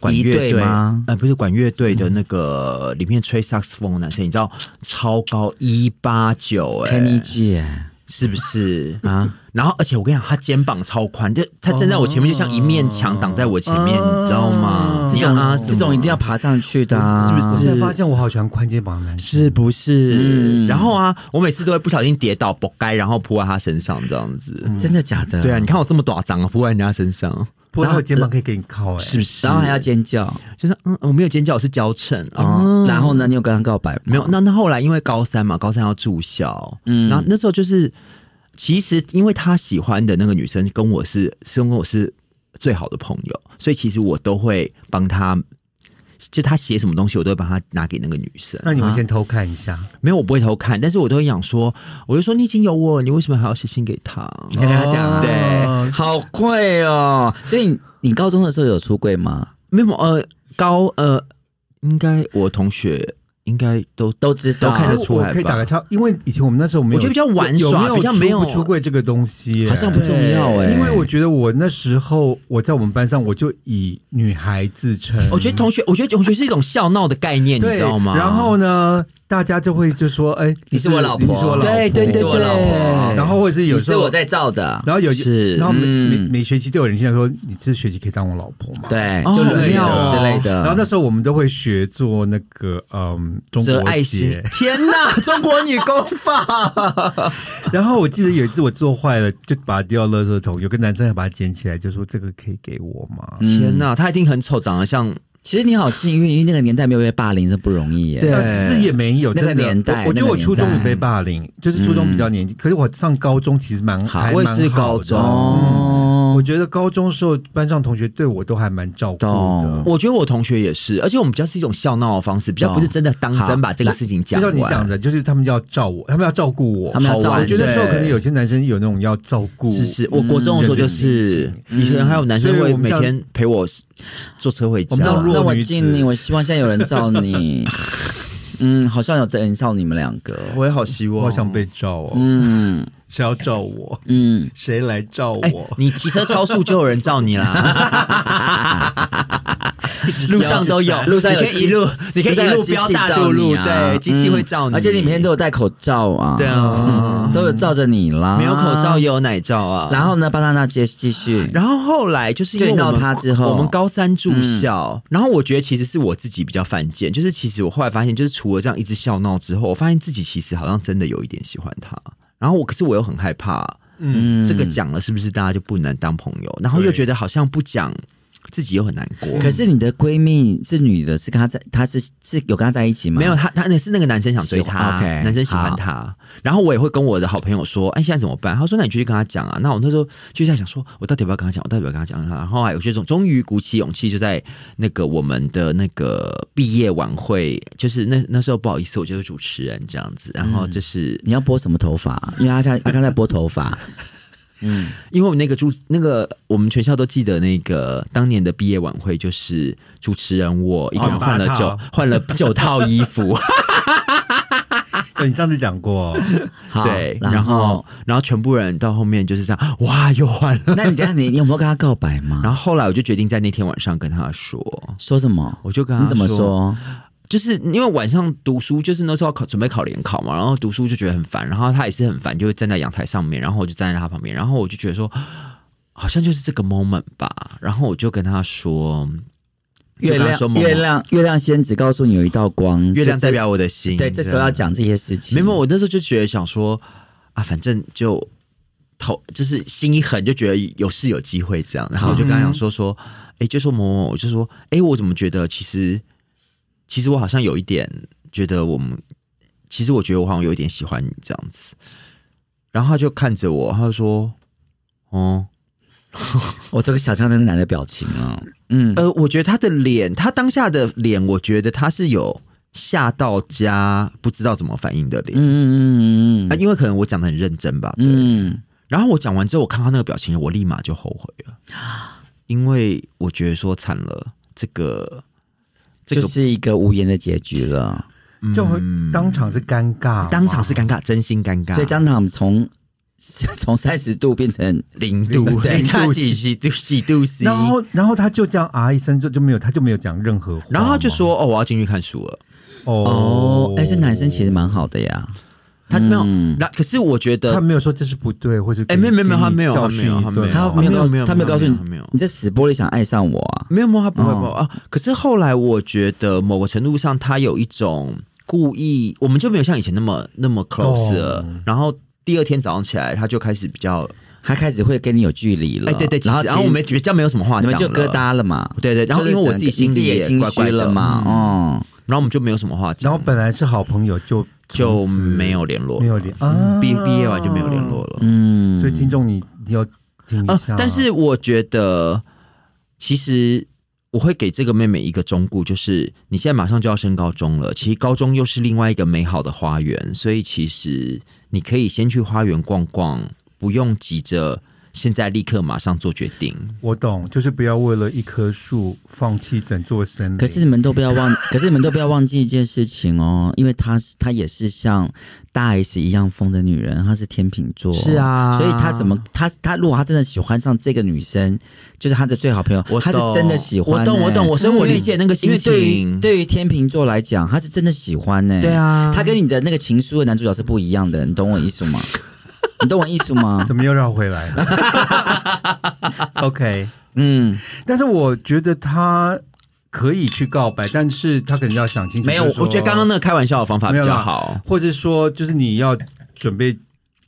Speaker 2: 管
Speaker 3: 一
Speaker 2: 乐
Speaker 3: 队
Speaker 2: 队
Speaker 3: 吗
Speaker 2: 呃，不是管乐队的那个里面吹萨啊克斯风的男生，你知道超高一八九哎，
Speaker 3: Kenny G，哎
Speaker 2: 是不是 啊？然后，而且我跟你讲，他肩膀超宽，就他站在我前面，就像一面墙挡在我前面，
Speaker 1: 哦
Speaker 2: 你知道吗？
Speaker 3: 这
Speaker 2: 你要
Speaker 3: 种啊，
Speaker 2: 拿什么
Speaker 3: 这种一定要爬上去的、啊，
Speaker 2: 哦是不
Speaker 1: 我
Speaker 2: 是
Speaker 1: 现在发现我好喜欢宽肩膀的男生，
Speaker 2: 是不是？
Speaker 3: 嗯
Speaker 2: 然后啊，我每次都会不小心跌倒，扑街，然后扑在他身上这样子。
Speaker 3: 真的假的？
Speaker 2: 对啊，，你看我这么短，长啊，扑在人家身上，
Speaker 1: 不过他有肩膀可以给你靠，哎，
Speaker 2: 是不是？
Speaker 3: 然后还要尖叫啊、
Speaker 2: 就是嗯，我没有尖叫，我是娇嗔啊。
Speaker 3: 哦然后呢，你有跟他告白吗？
Speaker 2: 没有，那那后来因为高三嘛，高三要住校，
Speaker 3: 嗯
Speaker 2: 嗯，然后那时候就是，其实因为他喜欢的那个女生跟我是是跟我是最好的朋友，所以其实我都会帮他，就他写什么东西，我都会帮他拿给那个女生。
Speaker 1: 那你们
Speaker 2: 啊
Speaker 1: 先偷看一下，
Speaker 2: 没有，我不会偷看，但是我都会想说，我就说你已经有我了，你为什么还要写信给他？
Speaker 3: 你再跟他讲啊，
Speaker 2: 对
Speaker 1: 哦
Speaker 3: 好快哦。所以你你高中的时候有出柜吗？
Speaker 2: 没有呃，高呃，应该我同学应该都都知
Speaker 1: 我
Speaker 2: 都看得出来
Speaker 1: 我可以打
Speaker 2: 吧
Speaker 1: 个？叉，因为以前我们那时候没有，
Speaker 2: 啊我觉得比较玩耍
Speaker 1: 有
Speaker 2: 比较
Speaker 1: 没
Speaker 2: 没
Speaker 1: 有
Speaker 2: 有
Speaker 1: 出不出柜这个东西耶，
Speaker 3: 好像不重要哎、
Speaker 2: 对
Speaker 1: 因为我觉得我那时候我在我们班上，我就以女孩自称。
Speaker 2: 我觉得同学，我觉得同学是一种笑闹的概念，你
Speaker 1: 对，
Speaker 2: 知道吗？
Speaker 1: 然后呢，大家就会就说：“哎，
Speaker 3: 你是我老婆
Speaker 1: 你是我老婆。”
Speaker 3: 对对
Speaker 2: 你
Speaker 3: 对
Speaker 2: 是我老
Speaker 3: 对，
Speaker 2: 婆
Speaker 1: 然后或者是有
Speaker 3: 你
Speaker 1: 时
Speaker 3: 是
Speaker 1: 候
Speaker 3: 我，在造的，
Speaker 1: 然后有
Speaker 2: 是
Speaker 1: 然后每每
Speaker 3: 嗯
Speaker 1: 每学期都有人进来说：“你这学期可以当我老婆吗？”。
Speaker 3: 对，
Speaker 2: 哦
Speaker 3: 就轮流
Speaker 1: 好妙哦
Speaker 3: 之类的。
Speaker 1: 然后那时候我们都会学做那个嗯中
Speaker 2: 折
Speaker 1: 国
Speaker 2: 爱心
Speaker 1: 结，，
Speaker 2: 天 哪，中国女工坊，
Speaker 1: 然后我记得有一次我做坏了，就把它丢到垃圾桶，有个男生还把它捡起来，就说：“这个可以给我吗？”
Speaker 2: 天哪，她一定很丑，长得像
Speaker 3: 其实你好幸运，因为那个年代没有被霸凌，真不容易耶。
Speaker 2: 对
Speaker 1: 呃其实也没有
Speaker 3: 那个
Speaker 1: 真的
Speaker 3: 年代
Speaker 1: 我我觉得
Speaker 3: 那个
Speaker 1: 我初中
Speaker 3: 年代
Speaker 1: 也被霸凌，就是初中比较年纪，可是我上高中其实蛮
Speaker 3: 好
Speaker 1: 还
Speaker 2: 我也
Speaker 1: 蛮
Speaker 2: 是
Speaker 1: 好
Speaker 2: 高
Speaker 1: 的
Speaker 2: 中
Speaker 1: 嗯
Speaker 3: 哦
Speaker 1: 我，觉得高中时候班上同学对我都还蛮照顾的
Speaker 3: 懂。
Speaker 2: 我觉得我同学也是，而且我们比较是一种笑闹的方
Speaker 1: 哦
Speaker 2: 式，比较不是真的当真把这个事情
Speaker 1: 就
Speaker 2: 讲
Speaker 1: 像你
Speaker 2: 完
Speaker 1: 讲。的，就是他们要照我，他们要照顾我
Speaker 3: 他。们要照
Speaker 2: 好玩
Speaker 1: 我觉得那时候可能有些男生有那种要照顾，
Speaker 2: 是是，我国中的时候就是，以前还有男生
Speaker 1: 嗯所以
Speaker 2: 会
Speaker 1: 我们
Speaker 2: 每
Speaker 1: 像
Speaker 2: 天陪我坐车回
Speaker 1: 我
Speaker 2: 家
Speaker 1: 们，当弱
Speaker 3: 那我
Speaker 1: 女子
Speaker 3: 敬你，我希望现在有人罩 你。嗯，好像有人罩你们两个。
Speaker 2: 我也好希望
Speaker 1: 我好想被照哦，
Speaker 3: 嗯
Speaker 1: 谁要照我？
Speaker 3: 嗯，
Speaker 1: 谁来照
Speaker 2: 哎
Speaker 1: 我？ 哦
Speaker 2: 你骑车超速就有人罩你啦， 路上都有，
Speaker 3: 路上有
Speaker 2: 你可以
Speaker 3: 机
Speaker 2: 一路，你可以
Speaker 3: 路上
Speaker 2: 一
Speaker 3: 有
Speaker 2: 路
Speaker 3: 机器
Speaker 2: 飙大
Speaker 3: 罩
Speaker 2: 渡路，
Speaker 3: 你啊
Speaker 2: 对，机器
Speaker 3: 嗯
Speaker 2: 会罩你，
Speaker 3: 而且你每天都有戴口罩啊，
Speaker 2: 对啊
Speaker 3: 嗯，都有罩着你啦，
Speaker 2: 没有口罩也。有奶罩啊。
Speaker 3: 然后呢，巴娜娜接继续，
Speaker 2: 然后后来就是因为
Speaker 3: 见到
Speaker 2: 我们
Speaker 3: 他之后
Speaker 2: 我们高三住校，然后我觉得其实是我自己比较犯贱，就是其实我后来发现，就是除了这样一直笑闹之后，我发现自己其实好像真的有一点喜欢他。然后我可是我又很害怕，
Speaker 1: 嗯，
Speaker 2: 这个讲了是不是大家就不能当朋友？然后又
Speaker 1: 对
Speaker 2: 觉得好像不讲自己又很难过。
Speaker 3: 可是你的闺蜜是女的，是跟她在，她是是有跟她在一起吗？
Speaker 2: 没有，他，他那是那个男生想追
Speaker 3: 喜欢
Speaker 2: 她，
Speaker 3: ，OK，
Speaker 2: 男生喜欢她。然后我也会跟我的好朋友说，哎，现在怎么办？他说，那你就去跟他讲啊。那我那时候就在想说，我到底要不要跟他讲？我到底要不要跟他讲？然后还有这种，终于鼓起勇气，就在那个我们的那个毕业晚会，就是那那时候不好意思，我就是主持人这样子。然后
Speaker 3: 嗯
Speaker 2: 就是、
Speaker 3: 你要拨什么头发？因为她现她刚才拨头发，
Speaker 2: 因为我们那个主那个我们全校都记得那个当年的毕业晚会，就是主持人我一个人换了
Speaker 1: 八
Speaker 2: 九、
Speaker 3: 啊
Speaker 1: 套
Speaker 2: 换了九套衣 服。
Speaker 1: 呃你上次讲过，
Speaker 3: 好
Speaker 2: 对，
Speaker 3: 然
Speaker 2: 然后然后全部人到后面就是这样，哇，又换了。
Speaker 3: 那你等一下你你有没有跟她告白吗？
Speaker 2: 然后后来我就决定在那天晚上跟他说，
Speaker 3: 说什么？
Speaker 2: 我就跟他
Speaker 3: 你怎么说？
Speaker 2: 就是因为晚上读书，就是那时候要考准备考联考嘛，然后读书就觉得很烦，然后他也是很烦，就会站在阳台上面，然后我就站在他旁边，然后我就觉得说，好像就是这个 moment 吧，然后我就跟他说，
Speaker 3: 月
Speaker 2: 就跟他说
Speaker 3: 亮，
Speaker 2: 某某
Speaker 3: 月亮，月亮仙子告诉你有一道光，
Speaker 2: 月亮
Speaker 3: 就
Speaker 2: 代表我的心，
Speaker 3: 嗯对，这时候要讲这些事情。
Speaker 2: 没有，我那时候就觉得想说啊，反正就头就是心一狠，就觉得有是有机会这样。然后我就跟他
Speaker 3: 嗯
Speaker 2: 讲说说，哎、就说某某某，我就说，哎、我怎么觉得其实其实我好像有一点觉得我们，其实我觉得我好像有一点喜欢你这样子。然后他就看着我，他就说，哦、
Speaker 3: 我这个想象这个男的表情啊，嗯，
Speaker 2: 呃，我觉得他的脸，他当下的脸，我觉得他是有吓到加不知道怎么反应的
Speaker 3: 嗯
Speaker 2: 脸。
Speaker 3: 嗯嗯
Speaker 2: 啊，
Speaker 3: 嗯
Speaker 2: 因为可能我讲的很认真吧，对，
Speaker 3: 嗯，
Speaker 2: 然后我讲完之后，我看他那个表情，我立马就后悔了，因为我觉得说惨了，这个这
Speaker 3: 就
Speaker 2: 个、
Speaker 3: 是一个无言的结局了。
Speaker 1: 就会当场是尴尬，
Speaker 2: 当场是尴尬，真心尴尬，
Speaker 3: 所以当场从 从三十度变成
Speaker 2: 零度
Speaker 1: 零，
Speaker 2: 对，
Speaker 1: 度
Speaker 2: 他几几度几度 C，
Speaker 1: 然后，然后他就这样啊一声，就就没有，他就没有讲任何话吗。
Speaker 2: 然后他就说哦，我要进去看书了。
Speaker 3: 哦
Speaker 1: 哦，，
Speaker 3: 哎，这男生其实蛮好的呀，
Speaker 2: 他没有，那、可是我觉
Speaker 1: 他
Speaker 2: 得
Speaker 1: 没有说这是不对，或者
Speaker 2: 哎没有没有没
Speaker 1: 给
Speaker 2: 有
Speaker 1: 你
Speaker 2: 他没有
Speaker 1: 教训一顿
Speaker 2: 他没
Speaker 1: 哦
Speaker 2: 有
Speaker 3: 他
Speaker 2: 没有
Speaker 3: 告
Speaker 2: 没
Speaker 3: 诉
Speaker 2: 有
Speaker 3: 他没有告诉你
Speaker 2: 没有没有没有，
Speaker 3: 你在死玻璃想爱上我啊？
Speaker 2: 没有摸他不会
Speaker 3: 哦
Speaker 2: 不会、啊。可是后来我觉得某个程度上，他有一种故意，我们就没有像以前那么那么 close 了。然后第二天早上起来，他就开始比较
Speaker 3: 他开始会跟你有距离了，
Speaker 2: 哎，对对，其
Speaker 3: 然后
Speaker 2: 实然后我们
Speaker 3: 没
Speaker 2: 比较没有什么话
Speaker 3: 你们
Speaker 2: 讲
Speaker 3: 就疙
Speaker 2: 了，
Speaker 3: 瘩了嘛，
Speaker 2: 对对，然后因为我自己
Speaker 3: 就是整
Speaker 2: 心
Speaker 3: 个
Speaker 2: 里
Speaker 3: 你
Speaker 2: 也
Speaker 3: 自己也
Speaker 2: 怪
Speaker 3: 心虚
Speaker 2: 怪
Speaker 3: 了
Speaker 2: 的
Speaker 3: 嘛，，
Speaker 2: 嗯
Speaker 3: 哦，
Speaker 2: 然后我们就没有什么话
Speaker 1: 然
Speaker 2: 讲
Speaker 1: 后
Speaker 2: 了，
Speaker 1: 本来是好朋友，就
Speaker 2: 就
Speaker 1: 从此
Speaker 2: 没有联络了，
Speaker 1: 没有联啊，
Speaker 2: 毕毕业完就没有联络了。
Speaker 3: 嗯，
Speaker 1: 所以听众你你要听一
Speaker 2: 啊
Speaker 1: 下，，
Speaker 2: 但是我觉得其实。我会给这个妹妹一个忠告，就是你现在马上就要升高中了，其实高中又是另外一个美好的花园，所以其实你可以先去花园逛逛，不用急着现在立刻马上做决定。
Speaker 1: 我懂，就是不要为了一棵树放弃整座森林。
Speaker 3: 可是你们都不要忘， 可是你们都不要忘记一件事情哦，因为她是她也是像大 S 一样疯的女人，她是天秤座，哦
Speaker 2: 是啊
Speaker 3: 所以她怎么她她如果她真的喜欢上这个女生，就是她的最好朋友，
Speaker 2: 我
Speaker 3: 她是
Speaker 2: 懂
Speaker 3: 真的喜欢、欸嗯
Speaker 2: 我懂，我懂，我所以我理解那个
Speaker 3: 因
Speaker 2: 心
Speaker 3: 为对于
Speaker 2: 情。
Speaker 3: 对于天秤座来讲，他是真的喜欢呢、
Speaker 2: 对啊
Speaker 3: 他跟你的那个情书的男主角是不一样的，你懂我意思吗？ 你懂我意思 吗？
Speaker 1: 怎么又绕回来了？OK，
Speaker 3: 嗯，
Speaker 1: 但是我觉得他可以去告白，但是他可能要想清楚。
Speaker 2: 没有，
Speaker 1: 就是说
Speaker 2: 我觉得刚刚那个开玩笑的方法比较好。
Speaker 1: 或者说就是你要准备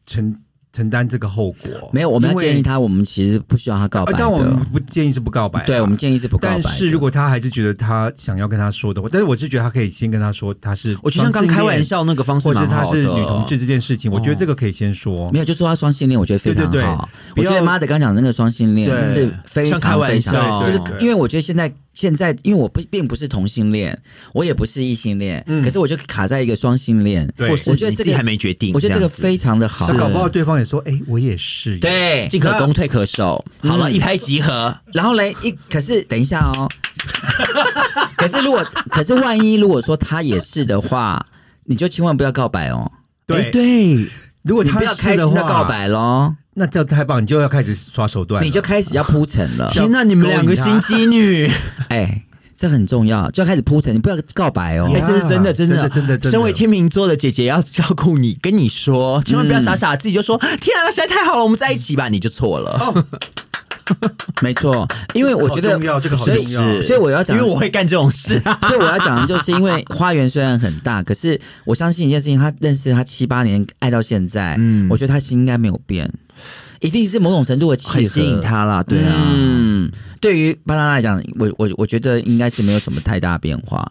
Speaker 1: 承承担这个后果。
Speaker 3: 没有，我们要
Speaker 1: 因为
Speaker 3: 建议他，我们其实不需要他告白
Speaker 1: 呃
Speaker 3: 的。
Speaker 1: 但我们不建议是不告白啊，
Speaker 3: 对，我们建议是不告白
Speaker 1: 但
Speaker 3: 的。
Speaker 1: 是如果他还是觉得他想要跟他说的话，但是我是觉得他可以先跟他说他是，
Speaker 2: 我觉得像刚开玩，笑那个方式
Speaker 1: 或者
Speaker 2: 蛮
Speaker 1: 他
Speaker 2: 好
Speaker 1: 是
Speaker 2: 的。
Speaker 1: 女同志这件事情，我觉得这个可以先说。
Speaker 3: 哦没有，就说他双性恋，我觉得非常好。
Speaker 1: 哦对对对不
Speaker 3: 我
Speaker 1: 要
Speaker 3: 觉得妈的刚讲的那个双性恋
Speaker 2: 对
Speaker 3: 是非
Speaker 2: 像
Speaker 3: 常
Speaker 2: 开玩笑
Speaker 3: 非常
Speaker 1: 对对
Speaker 3: 就是
Speaker 1: 对
Speaker 3: 因为我觉得现在现在，因为我不并不是同性恋，我也不是异性恋，
Speaker 1: 嗯
Speaker 3: 可是我就卡在一个双性恋。
Speaker 1: 对
Speaker 2: 或是
Speaker 3: 我觉得
Speaker 2: 你
Speaker 3: 这
Speaker 2: 自己
Speaker 3: 个
Speaker 2: 还没决定，
Speaker 3: 我觉得这个
Speaker 2: 样子
Speaker 3: 非常的好
Speaker 1: 那。搞不好对方也说，哎，我也是。，
Speaker 3: 对，
Speaker 2: 进可攻退可守。好了，一拍即合。
Speaker 3: 然后嘞，一可是等一下哦， 可是如果可是万一如果说他也是的话，你就千万不要告白哦，
Speaker 1: 对
Speaker 2: 诶哎对，
Speaker 1: 如果
Speaker 3: 你
Speaker 1: 他
Speaker 3: 不要
Speaker 1: 是
Speaker 3: 开心
Speaker 1: 的
Speaker 3: 的
Speaker 1: 话
Speaker 3: 告，白喽，
Speaker 1: 那这样太棒，你就要开始耍手段了，
Speaker 3: 你就开始要铺陈了，
Speaker 2: 天哪，你们两个心机女，
Speaker 3: 哎，这很重要，就要开始铺陈，你不要告白哦
Speaker 1: 勾引
Speaker 2: 哎，
Speaker 1: 他
Speaker 2: 这是真的，
Speaker 1: 呀
Speaker 2: 真
Speaker 1: 真的真的真的
Speaker 2: 身为天秤座的姐姐要照顾你，跟你说，千万不要傻傻自己就说，天啊，实在太好了，我们在一起吧，你就错了。
Speaker 3: 没错，因为我觉
Speaker 1: 好
Speaker 3: 得
Speaker 1: 重要这个好
Speaker 3: 所以
Speaker 1: 重要
Speaker 2: 是
Speaker 3: 所以我要讲，
Speaker 2: 因为我会干这种事啊。
Speaker 3: 所以我要讲的就是，因 为花园虽然很大，可是我相信一件事情，他认识他七八年，爱到现在，
Speaker 2: 嗯
Speaker 3: 嗯，我觉得他心应该没有变，一定是某种程度的契
Speaker 2: 很
Speaker 3: 合
Speaker 2: 吸引他啦，对啊，
Speaker 3: 嗯，对于巴啦啦来讲，我我我觉得应该是没有什么太大变化。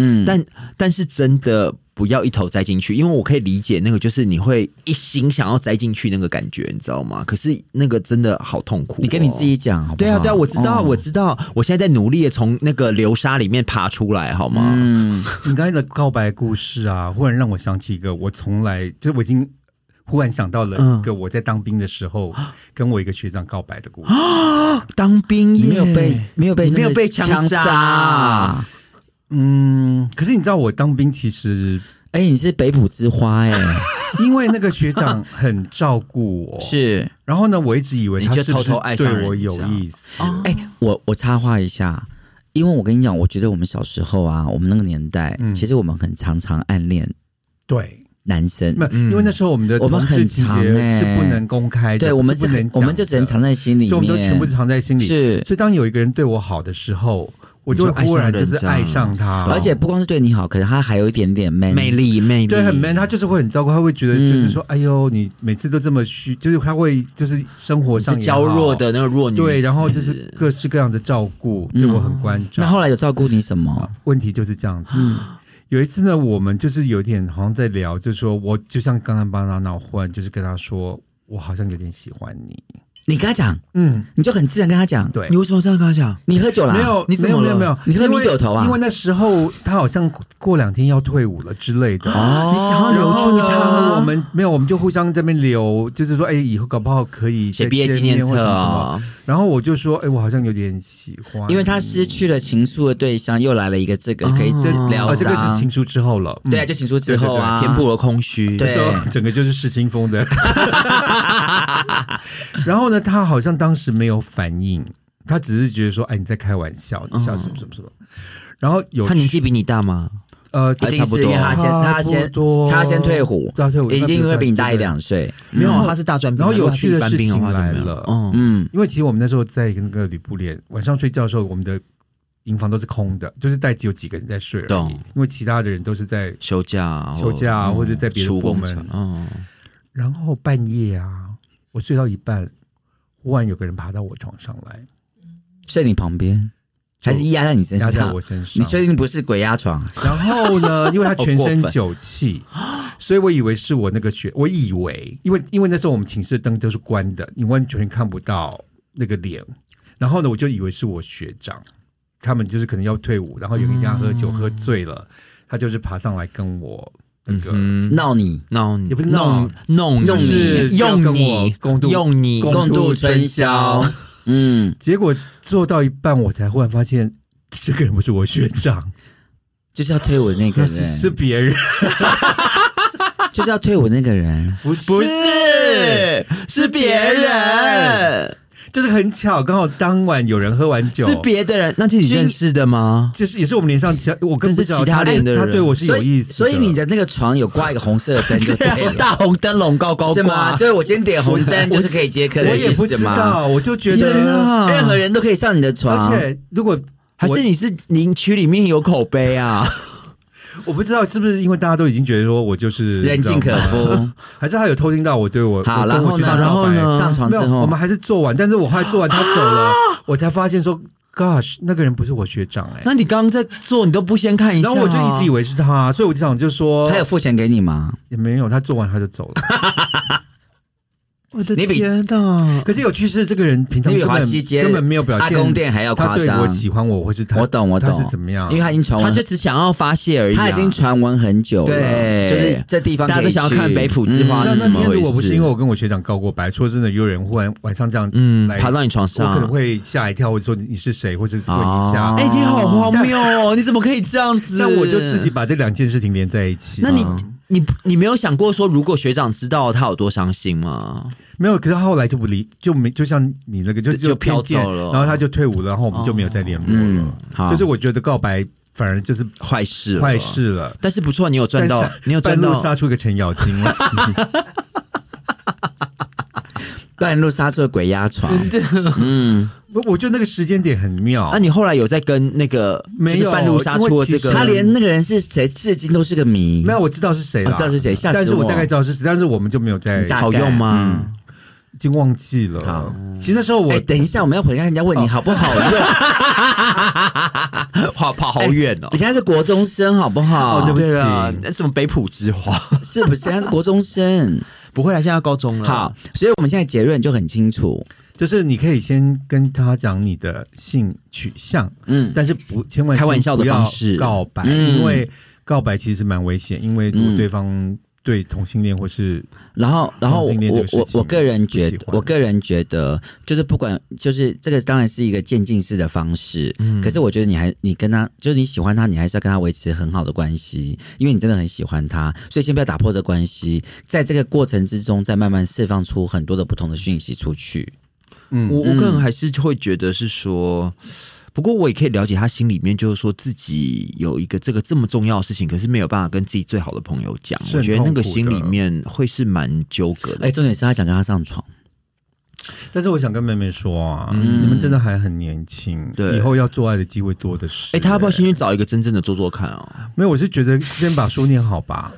Speaker 3: 嗯，
Speaker 2: 但但是真的不要一头栽进去，因为我可以理解那个就是你会一心想要栽进去那个感觉，你知道吗？可是那个真的好痛苦哦、
Speaker 3: 你跟你自己讲好不好，
Speaker 2: 对啊，对啊，我知道，
Speaker 3: 哦
Speaker 2: 我知道，我现在在努力的从那个流沙里面爬出来，好吗？
Speaker 3: 嗯，
Speaker 1: 你刚才的告白故事啊，忽然让我想起一个，我从来就是我已经忽然想到了
Speaker 3: 嗯
Speaker 1: 一个我在当兵的时候
Speaker 3: 啊
Speaker 1: 跟我一个学长告白的故事。
Speaker 2: 当兵
Speaker 3: 你
Speaker 2: 耶
Speaker 3: 没有被没有被
Speaker 2: 你没有
Speaker 3: 那个
Speaker 2: 被枪
Speaker 3: 枪
Speaker 2: 杀
Speaker 3: 杀。
Speaker 1: 嗯，可是你知道我当兵其实
Speaker 3: 哎、你是北浦之花 哎、
Speaker 1: 因为那个学长很照顾我，
Speaker 3: 是
Speaker 1: 然后呢，我一直以为他
Speaker 2: 你就是
Speaker 1: 不
Speaker 2: 偷
Speaker 1: 是
Speaker 2: 偷爱上
Speaker 1: 对我
Speaker 2: 人
Speaker 1: 有
Speaker 2: 家
Speaker 1: 意思。
Speaker 2: 哦
Speaker 3: 哎、我我插话一下，因为我跟你讲，我觉得我们小时候啊，我们那个年代，
Speaker 1: 嗯
Speaker 3: 其实我们很常常暗恋
Speaker 1: 对，
Speaker 3: 男生，
Speaker 1: 那因为那时候我们的
Speaker 3: 我们
Speaker 1: 同志
Speaker 3: 很
Speaker 1: 情
Speaker 3: 长
Speaker 1: 节
Speaker 3: 欸
Speaker 1: 是不能公开的，
Speaker 3: 对我们
Speaker 1: 是不
Speaker 3: 很
Speaker 1: 能，
Speaker 3: 我们就
Speaker 1: 讲
Speaker 3: 只能
Speaker 1: 的
Speaker 3: 藏在心里面，
Speaker 1: 所以我们都全部藏在心里。
Speaker 3: 是
Speaker 1: 所以当有一个人对我好的时候，我
Speaker 2: 你就
Speaker 1: 就会忽
Speaker 2: 爱上
Speaker 1: 然就是
Speaker 2: 人家
Speaker 1: 爱上他，
Speaker 3: 而且不光是对你好，可能他还有一点点 man
Speaker 2: 魅力，魅力，
Speaker 1: 对，很 man，他就是会很照顾，他会觉得
Speaker 2: 嗯
Speaker 1: 就是说，哎呦，你每次都这么虚，就是他会就是生活
Speaker 2: 是
Speaker 1: 上也
Speaker 2: 娇弱
Speaker 1: 好，
Speaker 2: 的那个弱女子，嗯
Speaker 1: 对，然后就是各式各样的照顾，对我很关照。
Speaker 3: 那后来有照顾你什么？
Speaker 1: 问题就是这样子。
Speaker 2: 嗯
Speaker 1: 有一次呢，我们就是有点好像在聊，就是说我就像刚刚帮他闹换，就是跟他说我好像有点喜欢你，
Speaker 3: 你跟他讲，
Speaker 1: 嗯，
Speaker 3: 你就很自然跟他讲。
Speaker 1: 对
Speaker 2: 你。为什么这样跟他讲？
Speaker 3: 你喝酒啦？
Speaker 1: 没有，
Speaker 2: 你怎么了
Speaker 1: 没有没有没有，
Speaker 3: 你喝
Speaker 1: 因为
Speaker 3: 米酒头啊
Speaker 1: 因为那时候他好像过两天要退伍了之类的。
Speaker 3: 哦，
Speaker 2: 你想要留
Speaker 1: 然
Speaker 2: 住
Speaker 1: 后呢
Speaker 2: 他
Speaker 1: 我们没有，我们就互相这边留，就是说，哎，以后搞不好可以
Speaker 2: 写
Speaker 1: 再
Speaker 2: 毕业
Speaker 1: 见
Speaker 2: 纪念
Speaker 1: 面或
Speaker 2: 册
Speaker 1: 什么什么
Speaker 2: 啊，
Speaker 1: 然后我就说，哎，我好像有点喜欢，
Speaker 3: 哦因为他失去了情愫的对象，又来了一个这个可以治疗
Speaker 1: 啊，这个
Speaker 3: 伤
Speaker 1: 是情书之后了，嗯
Speaker 3: 对啊，就情书之后啊，
Speaker 2: 填补了空虚。
Speaker 3: 对
Speaker 1: 就整个就是失心 疯的。然后呢，他好像当时没有反应，他只是觉得说：“哎，你在开玩笑，你笑
Speaker 3: 哦
Speaker 1: 什么什么什么。”然后有
Speaker 2: 他年纪比你大吗？
Speaker 1: 呃，
Speaker 3: 一定
Speaker 2: 差不
Speaker 3: 是
Speaker 2: 多
Speaker 3: 因为他先他先他先退伍，
Speaker 1: 对啊退伍
Speaker 3: 一定会比你大一。
Speaker 1: 那
Speaker 3: 两岁。
Speaker 1: 没有
Speaker 2: 嗯
Speaker 1: 啊
Speaker 2: 他是大专兵，
Speaker 1: 然后有趣的
Speaker 2: 如果他是一般兵话
Speaker 1: 事情来
Speaker 2: 就没有
Speaker 1: 了
Speaker 2: 嗯，
Speaker 3: 嗯，
Speaker 1: 因为其实我们那时候在那个吕布连晚上睡觉的时候，我们的营房都是空的，就是带只有几个人在睡而已
Speaker 2: 懂，
Speaker 1: 因为其他的人都是在。
Speaker 2: 休假，
Speaker 1: 休假
Speaker 2: 嗯
Speaker 1: 或者在别的
Speaker 2: 出
Speaker 1: 部
Speaker 2: 工
Speaker 1: 门
Speaker 2: 程嗯，
Speaker 1: 然后半夜啊，我睡到一半，忽然有个人爬到我床上来，
Speaker 3: 睡你旁边，还是压在你身
Speaker 1: 压在
Speaker 3: 上
Speaker 1: 我？身上。
Speaker 3: 你确定不是鬼压床？
Speaker 1: 然后呢，因为他全身
Speaker 2: 好过分
Speaker 1: 酒气， 所以我以为是我那个学，我以为，因为因为那时候我们寝室的灯都是关的，你完全看不到那个脸。然后呢，我就以为是我学长，他们就是可能要退伍，然后有一家喝酒、喝醉了，他就是爬上来跟我。那个。
Speaker 2: 嗯，
Speaker 3: 闹你
Speaker 2: 闹你
Speaker 1: 也不是
Speaker 2: 弄
Speaker 1: 闹
Speaker 2: 弄
Speaker 1: 就
Speaker 2: 你
Speaker 1: 是要
Speaker 2: 用
Speaker 1: 跟我
Speaker 2: 你
Speaker 1: 共度
Speaker 2: 用你
Speaker 1: 共度春宵。
Speaker 3: 嗯，
Speaker 1: 结果做到一半，我才忽然发现这个人不是我学 长，
Speaker 3: 就是要推我那个
Speaker 1: 那是 是啊
Speaker 3: 人，
Speaker 1: 别人，
Speaker 3: 就是要推我那个人。
Speaker 1: 不是
Speaker 2: 不是，是别人，
Speaker 1: 就是很巧，刚好当晚有人喝完酒，
Speaker 2: 是别的人。那自己认识的吗？
Speaker 1: 就是也是我们连上其他，我跟
Speaker 2: 这
Speaker 1: 不
Speaker 2: 是
Speaker 1: 知道
Speaker 2: 其他
Speaker 1: 他
Speaker 2: 连的
Speaker 1: 他
Speaker 2: 人
Speaker 1: 对 我是
Speaker 3: 所
Speaker 1: 有
Speaker 3: 以，
Speaker 1: 意思的
Speaker 3: 所以你的那个床有挂一个红色的 灯就对了，
Speaker 2: 哦大红灯笼高
Speaker 1: 啊
Speaker 2: 高
Speaker 3: 是
Speaker 2: 挂
Speaker 3: 吗？，就是我今天点红灯，就是可以接客
Speaker 1: 我
Speaker 3: 的
Speaker 1: 也
Speaker 3: 意
Speaker 1: 不
Speaker 3: 思
Speaker 1: 知
Speaker 3: 吗？啊
Speaker 1: 道，我就觉
Speaker 2: 天
Speaker 1: 得，
Speaker 2: 哪
Speaker 3: 任何人都可以上你的
Speaker 1: 而
Speaker 3: 床，
Speaker 1: 且如果
Speaker 2: 还是你是林区里面有口碑啊？
Speaker 1: 我不知道是不是因为大家都已经觉得说我就是
Speaker 3: 人尽可，
Speaker 1: 你知道吗
Speaker 3: 夫。
Speaker 1: 还是他有偷听到我对我
Speaker 3: 好，
Speaker 1: 我跟
Speaker 3: 然
Speaker 1: 我
Speaker 3: 后
Speaker 1: 学
Speaker 3: 呢？
Speaker 1: 长
Speaker 2: 然后
Speaker 1: 告白
Speaker 2: 呢啊
Speaker 3: 上床
Speaker 1: 没
Speaker 3: 之
Speaker 1: 有，
Speaker 3: 后
Speaker 1: 我，们还是做完，但是我后来做完他走了，我才发现说，Gosh，那个人不是我学长哎、
Speaker 2: 那你刚刚在做，你都不先看一下、啊
Speaker 1: 然后我就一直以为是他，所以我就想就说
Speaker 3: 他有付钱给你吗？
Speaker 1: 也没有，他做完他就走了。
Speaker 2: 我的
Speaker 3: 你比
Speaker 2: 天哪！
Speaker 1: 可是有趣是，这个人平常
Speaker 3: 你比
Speaker 1: 根
Speaker 3: 华
Speaker 1: 本
Speaker 3: 西街
Speaker 1: 根本没有表
Speaker 3: 阿
Speaker 1: 现，
Speaker 3: 公店还要
Speaker 1: 他
Speaker 3: 夸
Speaker 1: 对
Speaker 3: 张
Speaker 1: 我。喜欢我，或是他
Speaker 3: 我懂，我
Speaker 1: 他
Speaker 3: 懂
Speaker 1: 是，怎么样？
Speaker 3: 因为他已经传
Speaker 2: 他
Speaker 3: 闻
Speaker 2: 就，只想要发泄而已啊、
Speaker 3: 他已经传闻很久了，
Speaker 2: 对
Speaker 3: 就是这地方
Speaker 2: 大家都
Speaker 3: 可以
Speaker 2: 想要
Speaker 3: 去嗯
Speaker 2: 看北浦之花
Speaker 1: 那
Speaker 2: 是
Speaker 1: 那
Speaker 2: 怎么
Speaker 1: 天
Speaker 2: 回
Speaker 1: 如果不是
Speaker 2: 事
Speaker 1: 因为我跟我学长告过白，说真的，有人忽然晚上这样，
Speaker 2: 嗯
Speaker 1: 来
Speaker 2: 爬到你床上
Speaker 1: 我可能会吓一跳，或者说你是谁，或者问一下。
Speaker 3: 哦
Speaker 2: 哎、你好荒谬哦！你怎么可以这样子？
Speaker 1: 那我就自己。把这两件事情连在一起。
Speaker 2: 那你你你没有想过说，如果学长知道他有多伤心吗？
Speaker 1: 没有，可是后来就不理，就没就像你那个，就
Speaker 2: 就就
Speaker 1: 偏见
Speaker 2: 飘走了
Speaker 1: 然后他就退伍了，然后我们就没有再联络
Speaker 3: 嗯
Speaker 1: 了。，
Speaker 3: 好，
Speaker 1: 就是我觉得告白反而就是
Speaker 2: 坏事了，
Speaker 1: 坏。事了，
Speaker 2: 但是不错，你有赚到
Speaker 1: 但是，
Speaker 2: 你有赚
Speaker 1: 半路
Speaker 2: 到。
Speaker 1: 杀出一个程咬金，
Speaker 3: 半路杀出的鬼压床，真的，嗯，
Speaker 1: 我我觉得那个时间点很妙。
Speaker 2: 啊那你后来有在跟那个
Speaker 1: 没有
Speaker 2: 就是半路杀出的
Speaker 1: 因为其
Speaker 2: 这个
Speaker 1: 实
Speaker 3: 他连那个人是谁，至今都是个谜。
Speaker 1: 没有，我知道是谁
Speaker 3: 我
Speaker 1: 了，
Speaker 3: 知道是谁，吓
Speaker 1: 但
Speaker 3: 死
Speaker 1: 是我大概知道是谁，但是我们就没有在，
Speaker 3: 大概
Speaker 2: 好用吗？
Speaker 3: 嗯
Speaker 1: 已经忘记
Speaker 3: 好
Speaker 1: 了。其实那时候我哦
Speaker 3: 哎，等一下，我们要回答人家问你好 不好用？
Speaker 2: 跑跑好远哦
Speaker 3: 人。家是国中生，好不好？
Speaker 1: 嗯哎哦对不起
Speaker 2: 啊，那什么北浦之花？
Speaker 3: 是不是？人家是国中生。
Speaker 2: 不会啊，现在高中了。
Speaker 3: 好，，
Speaker 1: 嗯
Speaker 3: 所以我们现在结论就很清楚。
Speaker 1: 就是你可以先跟他讲你的性取向，
Speaker 3: 嗯，
Speaker 1: 但是不千万
Speaker 2: 开玩笑的
Speaker 1: 不要
Speaker 2: 方式
Speaker 1: 告白，
Speaker 3: 嗯
Speaker 1: 因为告白其实蛮危险，因为如果
Speaker 3: 嗯
Speaker 1: 对方对同性恋或是
Speaker 3: 然后，然后
Speaker 1: 同
Speaker 3: 我
Speaker 1: 性恋这个事情
Speaker 3: 我我个人觉得
Speaker 1: 不喜，欢
Speaker 3: 我个人觉得，就是不管，就是这个当然是一个渐进式的方式。
Speaker 1: 嗯
Speaker 3: 可是我觉得你还你跟他，就是你喜欢他，你还是要跟他维持很好的关系，因为你真的很喜欢他，所以先不要打破这关系，在这个过程之中，再慢慢释放出很多的不同的讯息出去。
Speaker 1: 嗯
Speaker 2: 我我个人还是会觉得是说，不过我也可以了解他心里面就是说自己有一个这个这么重要的事情，可是没有办法跟自己最好的朋友讲，
Speaker 1: 是
Speaker 2: 我
Speaker 1: 很
Speaker 2: 觉得那
Speaker 1: 痛
Speaker 2: 个
Speaker 1: 苦
Speaker 2: 心里
Speaker 1: 的
Speaker 2: 面会是蛮纠葛的。
Speaker 3: 哎，重点是他想跟他上床，
Speaker 1: 但是我想跟妹妹说啊，
Speaker 2: 嗯
Speaker 1: 你们真的还很年轻，
Speaker 2: 对
Speaker 1: 以后要做爱的机会多的是、
Speaker 2: 哎、他要不要先去找一个真正的做做 看啊？
Speaker 1: 没有，我是觉得先把书念好吧。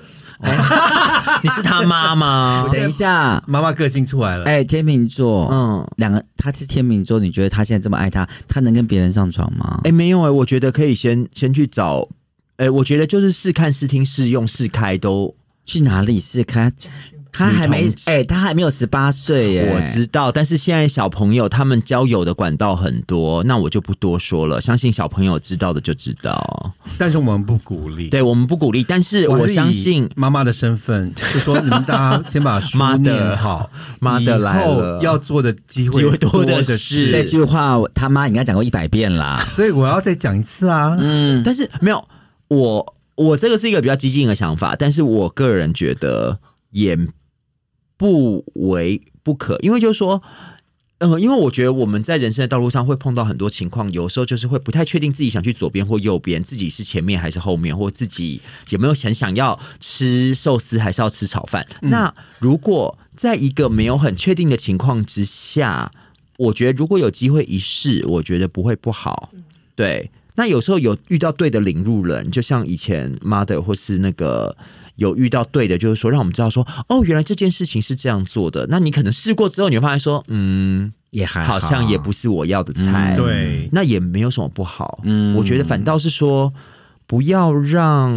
Speaker 2: 你是他妈吗？
Speaker 3: 等一下，
Speaker 1: 妈妈个性出来了，
Speaker 3: 哎，天秤座，
Speaker 2: 嗯，
Speaker 3: 两个他是天秤座，你觉得他现在这么爱他，他能跟别人上床吗
Speaker 2: 哎、？没有哎、我觉得可以先先去找。哎、我觉得就是试看、试听、试用、试开都，
Speaker 3: 去哪里试看？他还没
Speaker 2: 女同志
Speaker 3: 哎、他还没有十八岁耶！
Speaker 2: 我知道。但是现在小朋友他们交友的管道很多，那我就不多说了。相信小朋友知道的就知道。
Speaker 1: 但是我们不鼓励。
Speaker 2: 对我们不鼓励，但是
Speaker 1: 还
Speaker 2: 我
Speaker 1: 是以
Speaker 2: 相信
Speaker 1: 妈妈的身份，就说你们大家先把书
Speaker 2: 妈的
Speaker 1: 念好，
Speaker 2: 妈的来了
Speaker 1: 以后要做的机会
Speaker 2: 机会多
Speaker 1: 多
Speaker 2: 的
Speaker 1: 的
Speaker 2: 是
Speaker 3: 这句话我他妈应该讲过一百遍啦。
Speaker 1: 所以我要再讲一次啊。
Speaker 3: 嗯，
Speaker 2: 但是没有我，我这个是一个比较激进的想法，但是我个人觉得也不为不可，因为就是说。嗯、因为我觉得我们在人生的道路上会碰到很多情况，有时候就是会不太确定自己想去左边或右边，自己是前面还是后面，或自己有没有很想要吃寿司还是要吃炒饭。那如果在一个没有很确定的情况之下，我觉得如果有机会一试，我觉得不会不好。对，那有时候有遇到对的领路人，就像以前 mother 或是那个有遇到对的，就是说让我们知道说，哦，原来这件事情是这样做的。那你可能试过之后，你会发现说，嗯，
Speaker 3: 也还
Speaker 2: 好像也不是我要的菜。
Speaker 3: 嗯
Speaker 1: 对
Speaker 2: 那也没有什么不好。
Speaker 3: 嗯
Speaker 2: 我觉得反倒是说，不要让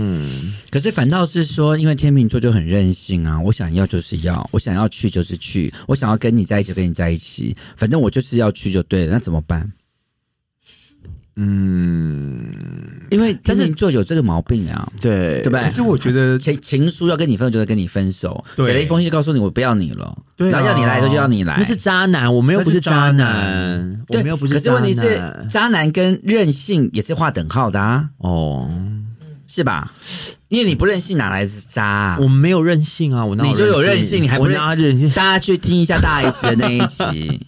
Speaker 3: 可是反倒是说，因为天秤座就很任性啊，我想要就是要，我想要去就是去，我想要跟你在一起就跟你在一起，反正我就是要去就对了，那怎么办？
Speaker 2: 嗯，
Speaker 3: 因为天
Speaker 2: 但是
Speaker 3: 秤座有这个毛病啊，
Speaker 2: 对
Speaker 3: 对不
Speaker 1: 可
Speaker 3: 对？
Speaker 1: 是我觉得
Speaker 3: 情情书要跟你分手就是跟你分手，
Speaker 1: 对
Speaker 3: 写了一封信就告诉你我不要你了，
Speaker 1: 对啊
Speaker 3: 然后要你来的时候就要你来，
Speaker 2: 那是渣男，我们又不是渣男，我
Speaker 3: 对，
Speaker 2: 们又不
Speaker 3: 可是
Speaker 2: 渣男。
Speaker 3: 问题是，渣男跟任性也是划等号的啊，
Speaker 2: 哦，
Speaker 3: 是吧？因为你不任性哪来的渣、啊
Speaker 2: 我？们没有任性啊，我哪
Speaker 3: 你就有任性你还不
Speaker 2: 我
Speaker 3: 认
Speaker 2: 哪任性？
Speaker 3: 大家去听一下大 S 的那一 集，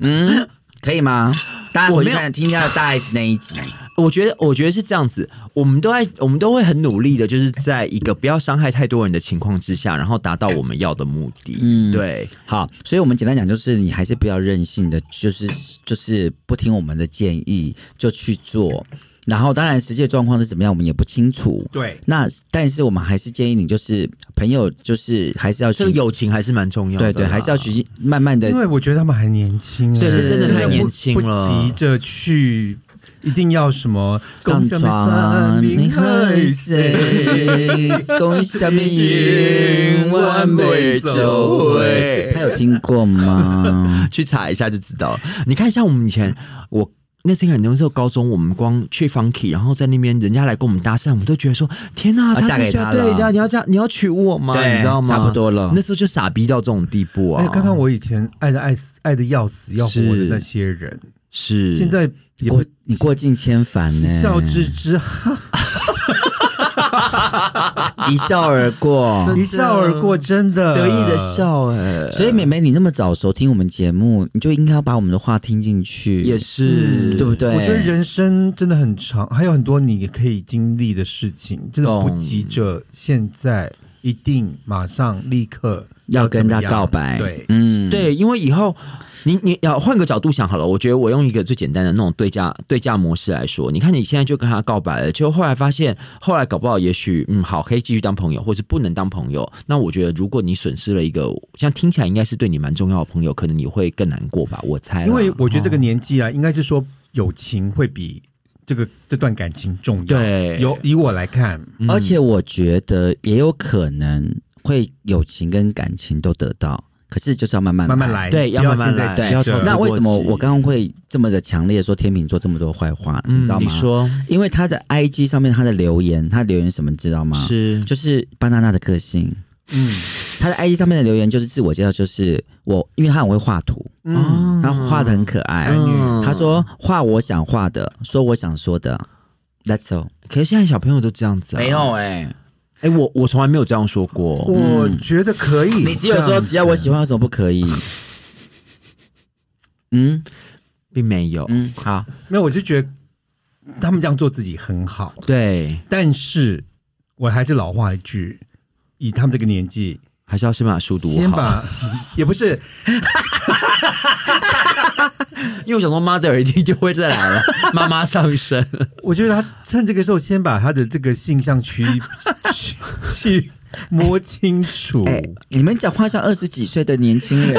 Speaker 3: 嗯，可以吗？大家回去
Speaker 2: 我没
Speaker 3: 看听一下大 S 那一集，
Speaker 2: 我觉得，我觉得是这样子，我们都在，我们都会很努力的，就是在一个不要伤害太多人的情况之下，然后达到我们要的目的。
Speaker 3: 嗯
Speaker 2: 对，
Speaker 3: 好，所以我们简单讲就是，你还是不要任性的，就是就是不听我们的建议就去做。然后，当然实际的状况是怎么样，我们也不清楚。
Speaker 1: 对
Speaker 3: 那但是我们还是建议你，就是朋友，就是还是要
Speaker 2: 这个
Speaker 3: 去
Speaker 2: 友情还是蛮重要的
Speaker 3: 对
Speaker 2: 啦。
Speaker 3: 对，还是要去慢慢的
Speaker 1: 因为我觉得他们还年轻、啊，
Speaker 2: 对
Speaker 3: 是真的太
Speaker 1: 不
Speaker 2: 年轻了
Speaker 1: 不急着去，一定要什么
Speaker 3: 上床，你和谁？共享命完美就会。他有听过吗？
Speaker 2: 去查一下就知道了。你看，像我们以前，我那时候很多时候高中，我们光去 Funky，然后在那边人家来跟我们搭讪，我们都觉得说：天呐、
Speaker 3: 啊
Speaker 2: 他
Speaker 3: 嫁给
Speaker 2: 是
Speaker 3: 他
Speaker 2: 对
Speaker 3: 了
Speaker 2: 的，你要这样，你要娶我吗？
Speaker 3: 对
Speaker 2: 你知道吗？
Speaker 3: 差不多了
Speaker 2: 那时候就傻逼到这种地步啊！
Speaker 1: 哎，看看我以前爱的爱死、爱的要死要活的
Speaker 2: 是
Speaker 1: 那些人，
Speaker 2: 是
Speaker 1: 现在也不
Speaker 3: 过你过尽千帆呢、
Speaker 1: 笑置之，
Speaker 3: 一笑而过。
Speaker 1: 一笑而过，真的
Speaker 2: 得意的。
Speaker 3: 嗯
Speaker 2: 笑哎、
Speaker 3: 所以美美，你那么早熟听我们节目，你就应该要把我们的话听进去，
Speaker 2: 也是、
Speaker 1: 嗯
Speaker 3: 对不对？
Speaker 1: 我觉得人生真的很长，还有很多你可以经历的事情，真的不
Speaker 2: 懂
Speaker 1: 急着现在一定马上立刻
Speaker 3: 要跟
Speaker 1: 怎
Speaker 3: 他
Speaker 1: 么样
Speaker 3: 告白，
Speaker 1: 对，
Speaker 3: 嗯，
Speaker 2: 对，因为以后你你要换个角度想好了，我觉得我用一个最简单的那种对价对价模式来说，你看你现在就跟他告白了，结果后来发现，后来搞不好也许嗯好可以继续当朋友，或是不能当朋友。那我觉得如果你损失了一个，这样听起来应该是对你蛮重要的朋友，可能你会更难过吧，我猜啦。
Speaker 1: 因为我觉得
Speaker 2: 哦
Speaker 1: 这个年纪啊，应该是说友情会比这个这段感情重要。，
Speaker 2: 对
Speaker 1: 有以我来看，
Speaker 2: 嗯
Speaker 3: 而且我觉得也有可能会友情跟感情都得到，可是就是要慢慢
Speaker 1: 慢慢。来，
Speaker 2: 对
Speaker 1: 不
Speaker 2: 要
Speaker 1: 要
Speaker 2: 慢慢
Speaker 1: 现在
Speaker 2: 来
Speaker 1: 急
Speaker 2: 不要
Speaker 1: 着
Speaker 2: 操之
Speaker 3: 那为什么
Speaker 2: 过急
Speaker 3: 我刚刚会这么的强烈地说天秤座这么多坏话，你
Speaker 2: 嗯
Speaker 3: 知道
Speaker 2: 你
Speaker 3: 吗？
Speaker 2: 说
Speaker 3: 因为他在 IG 上面他的留言，他留言什么你知道吗？
Speaker 2: 是
Speaker 3: 就是巴娜娜的个性，
Speaker 1: 嗯
Speaker 3: 他的 IG 上面的留言就是自我介绍，就是我，因为他很会画图，
Speaker 1: 嗯，
Speaker 3: 他画的很可爱。
Speaker 1: 才女
Speaker 2: 嗯
Speaker 3: 他说画我想画的，说我想说的，That's all。
Speaker 2: 可是现在小朋友都这样子、啊，
Speaker 3: 哎、
Speaker 2: 哎、我我从来没有这样说过。
Speaker 1: 我觉得可以。
Speaker 3: 你只有说只要我喜欢，有什么不可以？ 嗯
Speaker 2: 并没有，
Speaker 3: 嗯，好，
Speaker 1: 没有，我就觉得他们这样做自己很好，
Speaker 2: 对，
Speaker 1: 但是我还是老话一句，以他们这个年纪，
Speaker 2: 还是要先把书读好。
Speaker 1: 先把也不是
Speaker 2: 因为我想说 mother 一定就会再来 了，妈妈上身。
Speaker 1: 我觉得他趁这个时候先把他的这个性向区去去摸清楚。
Speaker 3: 哎、你们讲话像二十几岁的年轻 人，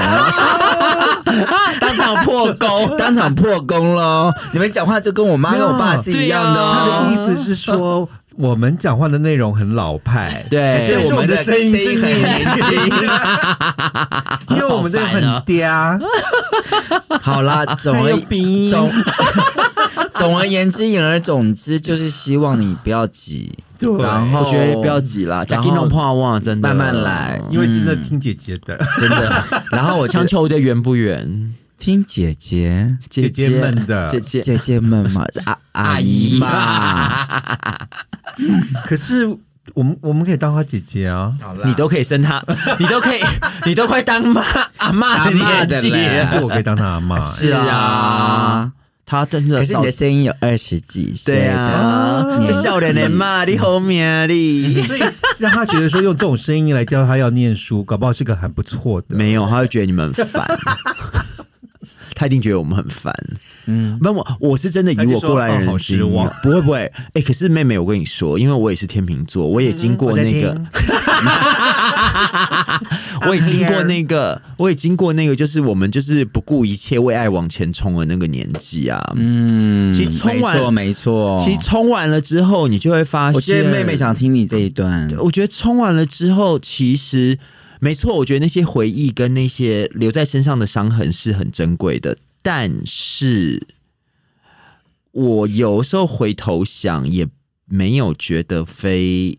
Speaker 2: 当场破功。
Speaker 3: 当场破功喽！你们讲话就跟我妈跟我爸是一样的
Speaker 1: 他
Speaker 3: 哦。
Speaker 1: 的意思是说，我们讲话的内容很老派，
Speaker 2: 对
Speaker 1: 可是我们的声音是
Speaker 3: 很年轻。
Speaker 1: 因为我们这个很嗲，
Speaker 3: 好啦，总
Speaker 1: 啊还
Speaker 3: 而
Speaker 1: 有鼻音，
Speaker 3: 总总而言之，言而总之，就是希望你不要急，
Speaker 1: 对，
Speaker 3: 然后
Speaker 2: 我觉得不要急啦，
Speaker 3: 然
Speaker 2: 假
Speaker 3: 后
Speaker 2: 金龙破望，真的
Speaker 3: 慢慢来，
Speaker 1: 嗯因为真的听姐姐的，
Speaker 3: 真的。然后我
Speaker 2: 强
Speaker 3: 强
Speaker 2: 求的圆不圆？
Speaker 3: 听姐姐。
Speaker 1: 姐
Speaker 2: 姐
Speaker 1: 姐们的
Speaker 2: 姐姐
Speaker 3: 姐姐们嘛，阿、阿姨嘛，
Speaker 1: 可是我们我们可以当她姐姐啊，
Speaker 2: 你都可以 生他，你都可以，你都快当妈阿妈的
Speaker 3: 阿嬷的
Speaker 2: 年
Speaker 1: 其
Speaker 2: 纪
Speaker 3: 嘞
Speaker 2: 了。
Speaker 1: 实我可以当她阿妈。
Speaker 3: 是啊，
Speaker 2: 他真的
Speaker 3: 可是
Speaker 2: 早
Speaker 3: 你的声音有二十几岁
Speaker 2: 对
Speaker 3: 的
Speaker 2: 啊，
Speaker 3: 年纪，
Speaker 2: 就笑人呢嘛，你后面啊你
Speaker 1: 所以让她觉得说用这种声音来教她要念书，搞不好是个很不错的。
Speaker 2: 没有，他会觉得你们很 烦。他一定觉得我们很烦，
Speaker 3: 嗯，
Speaker 2: 没有，我我是真的以我过来人
Speaker 1: 他就说哦好
Speaker 2: 的
Speaker 1: 失
Speaker 2: 经验
Speaker 1: 望
Speaker 2: 不会不会，哎、可是妹妹，我跟你说，因为我也是天秤座，我也经
Speaker 1: 嗯
Speaker 2: 过
Speaker 1: 我在
Speaker 2: 那个，
Speaker 1: 听
Speaker 2: 我也经过那个，我也经过那个，就是我们就是不顾一切为爱往前冲的那个年纪啊。
Speaker 3: 嗯，
Speaker 2: 其实冲完
Speaker 3: 没错，没错。
Speaker 2: 其实冲完了之后，你就会发现，
Speaker 3: 我觉得妹妹想听你这一段，
Speaker 2: 我觉得冲完了之后，其实没错，我觉得那些回忆跟那些留在身上的伤痕是很珍贵的，但是我有时候回头想，也没有觉得非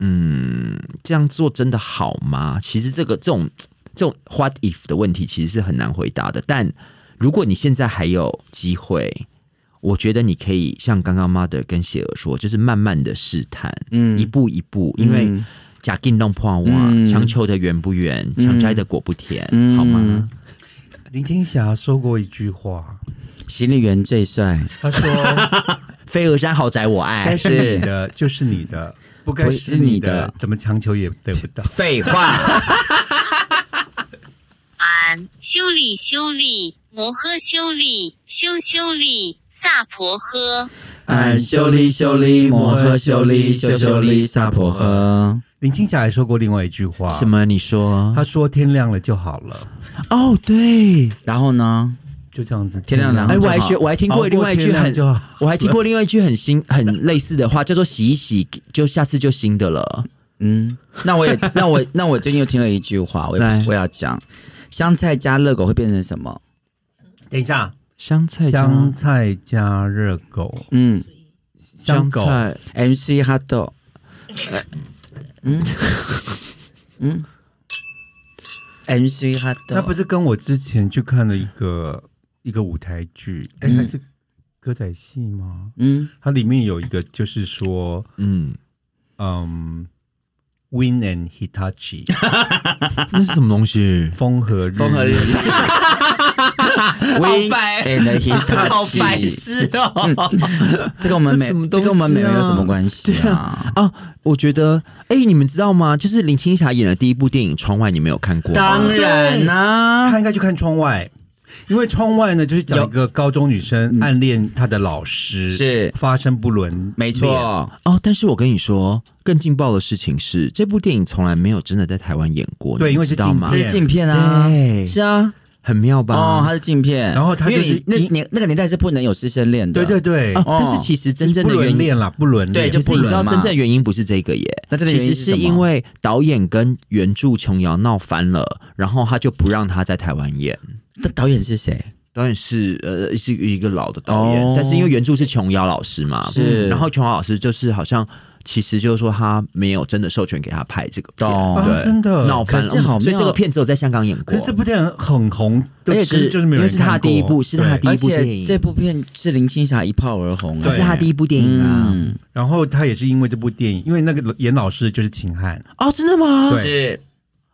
Speaker 2: 嗯这样做真的好吗？其实这个这种这种 what if 的问题，其实是很难回答的。但如果你现在还有机会，我觉得你可以像刚刚 mother 跟雪儿说，就是慢慢的试探，
Speaker 3: 嗯
Speaker 2: 一步一步，因为
Speaker 3: 嗯
Speaker 2: 假定弄破
Speaker 3: 嗯
Speaker 2: 网，强求的圆不圆，强摘的果不甜，
Speaker 3: 嗯
Speaker 2: 好吗？
Speaker 1: 林青霞说过一句话，
Speaker 3: 行李员最帅，
Speaker 1: 她说
Speaker 2: 飞鹅山豪宅我爱
Speaker 1: 该是 你的就是你的，不该
Speaker 3: 不是
Speaker 1: 是你
Speaker 3: 你
Speaker 1: 的，
Speaker 3: 的
Speaker 1: 怎么强求也得不到。
Speaker 3: 废 话，
Speaker 4: 俺修理修理摩诃修理修修理萨婆诃。
Speaker 3: 俺哎修理修理摩诃修理修修理萨婆诃。
Speaker 1: 林青霞还说过另外一句话，
Speaker 2: 什？么？你说？
Speaker 1: 她说天亮了就好了，
Speaker 2: 哦，对，
Speaker 3: 然后呢？
Speaker 1: 就这样子。
Speaker 3: 天亮了然后
Speaker 2: 哎，
Speaker 3: 就好
Speaker 2: 我还学，我还听
Speaker 1: 熬
Speaker 2: 过另外一句
Speaker 1: 天亮
Speaker 2: 很
Speaker 1: 就，好
Speaker 2: 我还听过另外一句很新、很类似的话，叫做“洗一洗，就下次就新的了
Speaker 3: 嗯，那我也， 那我，那我最近又听了一句话，我
Speaker 2: 来
Speaker 3: 也我要讲，香菜加热狗会变成什么？
Speaker 1: 等一下，”。
Speaker 2: 香菜加
Speaker 1: 香菜加热狗，
Speaker 3: 嗯
Speaker 1: 香
Speaker 2: 香
Speaker 1: 狗
Speaker 2: 菜，
Speaker 3: ，MC 哈豆，呃 嗯嗯，MC 哈豆，
Speaker 1: 那不是跟我之前去看了一个一个舞台剧，
Speaker 2: 嗯
Speaker 1: 哎、还是歌仔戏吗？
Speaker 3: 嗯
Speaker 1: 它里面有一个就是说，
Speaker 2: 嗯，
Speaker 1: 嗯，Win and Hitachi
Speaker 2: 那是什么东西？
Speaker 1: 风和日
Speaker 3: 风和日丽，We
Speaker 2: 白
Speaker 3: and Hitachi，
Speaker 2: 好白痴哦！
Speaker 3: 这跟我们
Speaker 2: 这
Speaker 3: 美
Speaker 2: 什么
Speaker 3: 这
Speaker 2: 东
Speaker 3: 跟我们美
Speaker 2: 西
Speaker 3: 没
Speaker 2: 啊
Speaker 3: 有什么关系啊？
Speaker 2: 哦，我觉得，哎、你们知道吗？就是林青霞演的第一部电影《窗外》，你们有看过吗？
Speaker 3: 当然啦、
Speaker 1: 他应该去看窗外，因为窗外呢就是讲一个高中女
Speaker 2: 嗯
Speaker 1: 生暗恋她的老师，
Speaker 3: 是
Speaker 1: 发生不伦，
Speaker 3: 没。错，啊
Speaker 2: 哦，但是我跟你说，更劲爆的事情是，这部电影从来没有真的在台湾演过，
Speaker 1: 对
Speaker 2: 你
Speaker 1: 因为
Speaker 2: 们
Speaker 1: 是
Speaker 2: 知道吗
Speaker 3: 这？
Speaker 1: 禁
Speaker 3: 是镜片啊，
Speaker 2: 对
Speaker 3: 是啊，
Speaker 2: 很妙吧？
Speaker 3: 哦，它是镜片，
Speaker 1: 然后它
Speaker 3: 因为
Speaker 1: 就是
Speaker 3: 你那
Speaker 1: 一
Speaker 3: 年那个年代是不能有师生恋的，
Speaker 1: 对对对，
Speaker 2: 啊，
Speaker 3: 哦
Speaker 2: 但是其实真正的
Speaker 1: 不
Speaker 2: 原
Speaker 1: 伦
Speaker 2: 因，
Speaker 1: 恋啦，不伦恋
Speaker 3: 对就
Speaker 2: 可
Speaker 3: 不
Speaker 2: 是你
Speaker 3: 伦
Speaker 2: 知道
Speaker 3: 嘛
Speaker 2: 真正的原因不是这个耶，
Speaker 3: 那真正的原
Speaker 2: 其
Speaker 3: 因
Speaker 2: 实
Speaker 3: 是什么
Speaker 2: 是因为导演跟原著琼瑶闹翻了，然后他就不让他在台湾演。
Speaker 3: 那导演是谁？
Speaker 2: 导演是呃是一个老的导演，
Speaker 3: 哦
Speaker 2: 但是因为原著是琼瑶老师嘛，
Speaker 3: 是
Speaker 2: 然后琼瑶老师就是好像其实就是说他没有真的授权给他拍这个片，
Speaker 3: 懂
Speaker 1: 啊，
Speaker 2: 对，
Speaker 1: 真的
Speaker 2: 闹翻
Speaker 3: 可是好
Speaker 2: 了，
Speaker 3: 妙
Speaker 2: 嗯所以这个片只有在香港演过
Speaker 1: 可是，这部电影很红，
Speaker 2: 而且
Speaker 1: 对
Speaker 2: 是
Speaker 1: 就是没有
Speaker 2: 因为
Speaker 1: 人
Speaker 2: 是他的
Speaker 1: 看过
Speaker 2: 第一部是他的
Speaker 1: 对
Speaker 2: 第一
Speaker 3: 而
Speaker 2: 部电影
Speaker 3: 且这部片是林青霞一炮而红、
Speaker 2: 这
Speaker 1: 对
Speaker 2: 是他第一部电影啊。
Speaker 3: 嗯，
Speaker 1: 然后他也是因为这部电影，因为那个演老师就是秦汉，
Speaker 2: 哦，真的吗？
Speaker 1: 对
Speaker 3: 是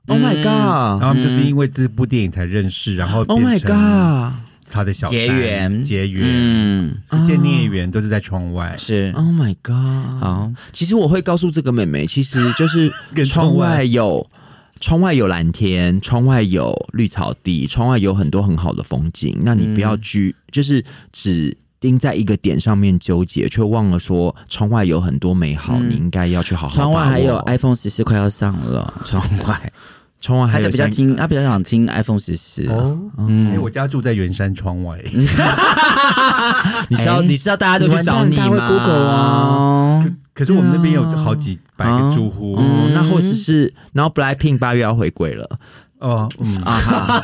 Speaker 2: Oh my
Speaker 1: 然
Speaker 2: god！
Speaker 1: 后他们就是因为这部电影才认识，然后
Speaker 2: Oh my
Speaker 1: 变成
Speaker 2: god！
Speaker 1: 他的小三
Speaker 3: 结缘
Speaker 1: 结缘，
Speaker 3: 嗯哦
Speaker 1: 这些孽缘都是在窗外。
Speaker 3: 是
Speaker 2: Oh my god！
Speaker 3: 好，
Speaker 2: 其实我会告诉这个妹妹，其实就是
Speaker 1: 跟窗
Speaker 2: 窗
Speaker 1: 外
Speaker 2: 外有窗外有蓝天，窗外有绿草地，窗外有很多很好的风景。那你不要拘，就是只盯在一个点上面纠结，却忘了说窗外有很多美好，
Speaker 3: 嗯
Speaker 2: 你应该要去好好把
Speaker 3: 窗
Speaker 2: 握。
Speaker 3: 外还有 iPhone 十四快要上了，窗外，
Speaker 2: 窗外还
Speaker 3: 他
Speaker 2: 有
Speaker 3: 就比较
Speaker 2: 三
Speaker 3: 听，他比较想听 iPhone 十四、
Speaker 2: 嗯
Speaker 3: 啊
Speaker 1: 哦，因为我家住在圆山窗外，
Speaker 2: 你知道、
Speaker 3: 哎
Speaker 2: 你知道大家都去找你
Speaker 3: 完蛋大家会
Speaker 2: 吗
Speaker 3: Google
Speaker 2: 啊
Speaker 3: 哦，
Speaker 2: 嗯
Speaker 1: 可是我们那边有好几百个住户
Speaker 2: 哦，那或者是，然后 Blackpink 八月要回归了，
Speaker 1: 哦，嗯，
Speaker 3: 啊哈。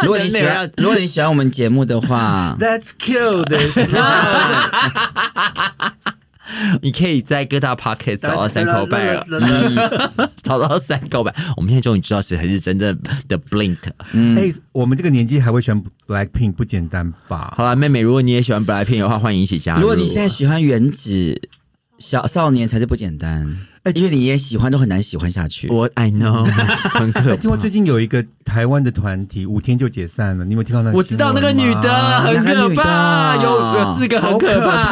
Speaker 3: 如果你喜欢，如果你喜欢我们节目的话
Speaker 1: ，That's cute，
Speaker 2: 你可以在各大 Pocket 找到三口拜了。嗯
Speaker 1: 了。
Speaker 2: 找到三口版，我们现在终于知道谁才是真正的 Blink。
Speaker 1: 哎，我们这个年纪还会选 Blackpink 不简单吧？
Speaker 2: 好了，妹妹，如果你也喜欢 Blackpink 的话，欢迎一起加入。
Speaker 3: 如果你现在喜欢原子小少年才是不简单，
Speaker 1: 哎
Speaker 3: 因为你也喜欢都很难喜欢下去。
Speaker 2: 我 I know 很可
Speaker 1: 听说
Speaker 2: 怕
Speaker 1: 最，近有一个台湾的团体五天就解散了，你有没有听到那个
Speaker 2: 我知道那个
Speaker 1: 新
Speaker 2: 女
Speaker 1: 闻吗
Speaker 2: 的很可
Speaker 3: 那
Speaker 2: 怕，
Speaker 3: 个女的
Speaker 2: 有有四个很可
Speaker 1: 啊
Speaker 2: 怕。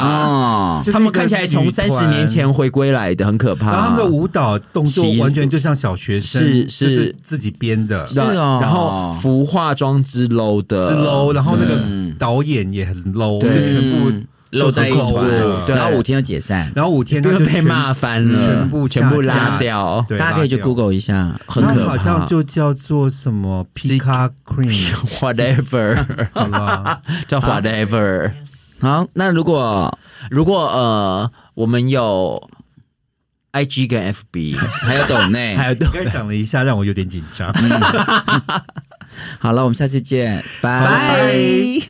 Speaker 3: 哦，
Speaker 1: 就是一个
Speaker 2: 啊他们看起来从三十年前回归来的，很可怕。
Speaker 1: 然后他们的舞蹈动作
Speaker 2: 起
Speaker 1: 完全就像小学生，
Speaker 2: 是
Speaker 1: 就是自己编的，
Speaker 3: 是哦
Speaker 2: 然后服化妆之 low 的
Speaker 1: 是 low，然后那
Speaker 3: 嗯
Speaker 1: 个导演也很 low，就
Speaker 2: 呃对
Speaker 1: 全部
Speaker 3: 嗯
Speaker 1: 都是
Speaker 3: 露在一
Speaker 1: low 的
Speaker 3: 团，
Speaker 2: 对
Speaker 3: 然后五天就解散。
Speaker 1: 然后五天他
Speaker 2: 就
Speaker 1: 就
Speaker 2: 被
Speaker 1: 全
Speaker 2: 骂，翻了，
Speaker 1: 全部
Speaker 2: 全部
Speaker 1: 下架
Speaker 2: 拉掉。
Speaker 1: 对，
Speaker 3: 大家可以去
Speaker 1: 拉掉
Speaker 3: Google 一下，很
Speaker 1: 那
Speaker 3: 可
Speaker 1: 好
Speaker 3: 怕。
Speaker 1: 像就叫做什么 Pika Cream，
Speaker 2: Whatever，
Speaker 1: 好吧？
Speaker 2: 叫 Whatever。
Speaker 3: 好，那如果
Speaker 2: 如果呃，我们有 I G 跟 F B，
Speaker 3: 还有抖 内，
Speaker 2: 还有
Speaker 1: 我刚才想了一下，让我有点紧张。
Speaker 3: 好了，我们下次见，拜
Speaker 2: 拜。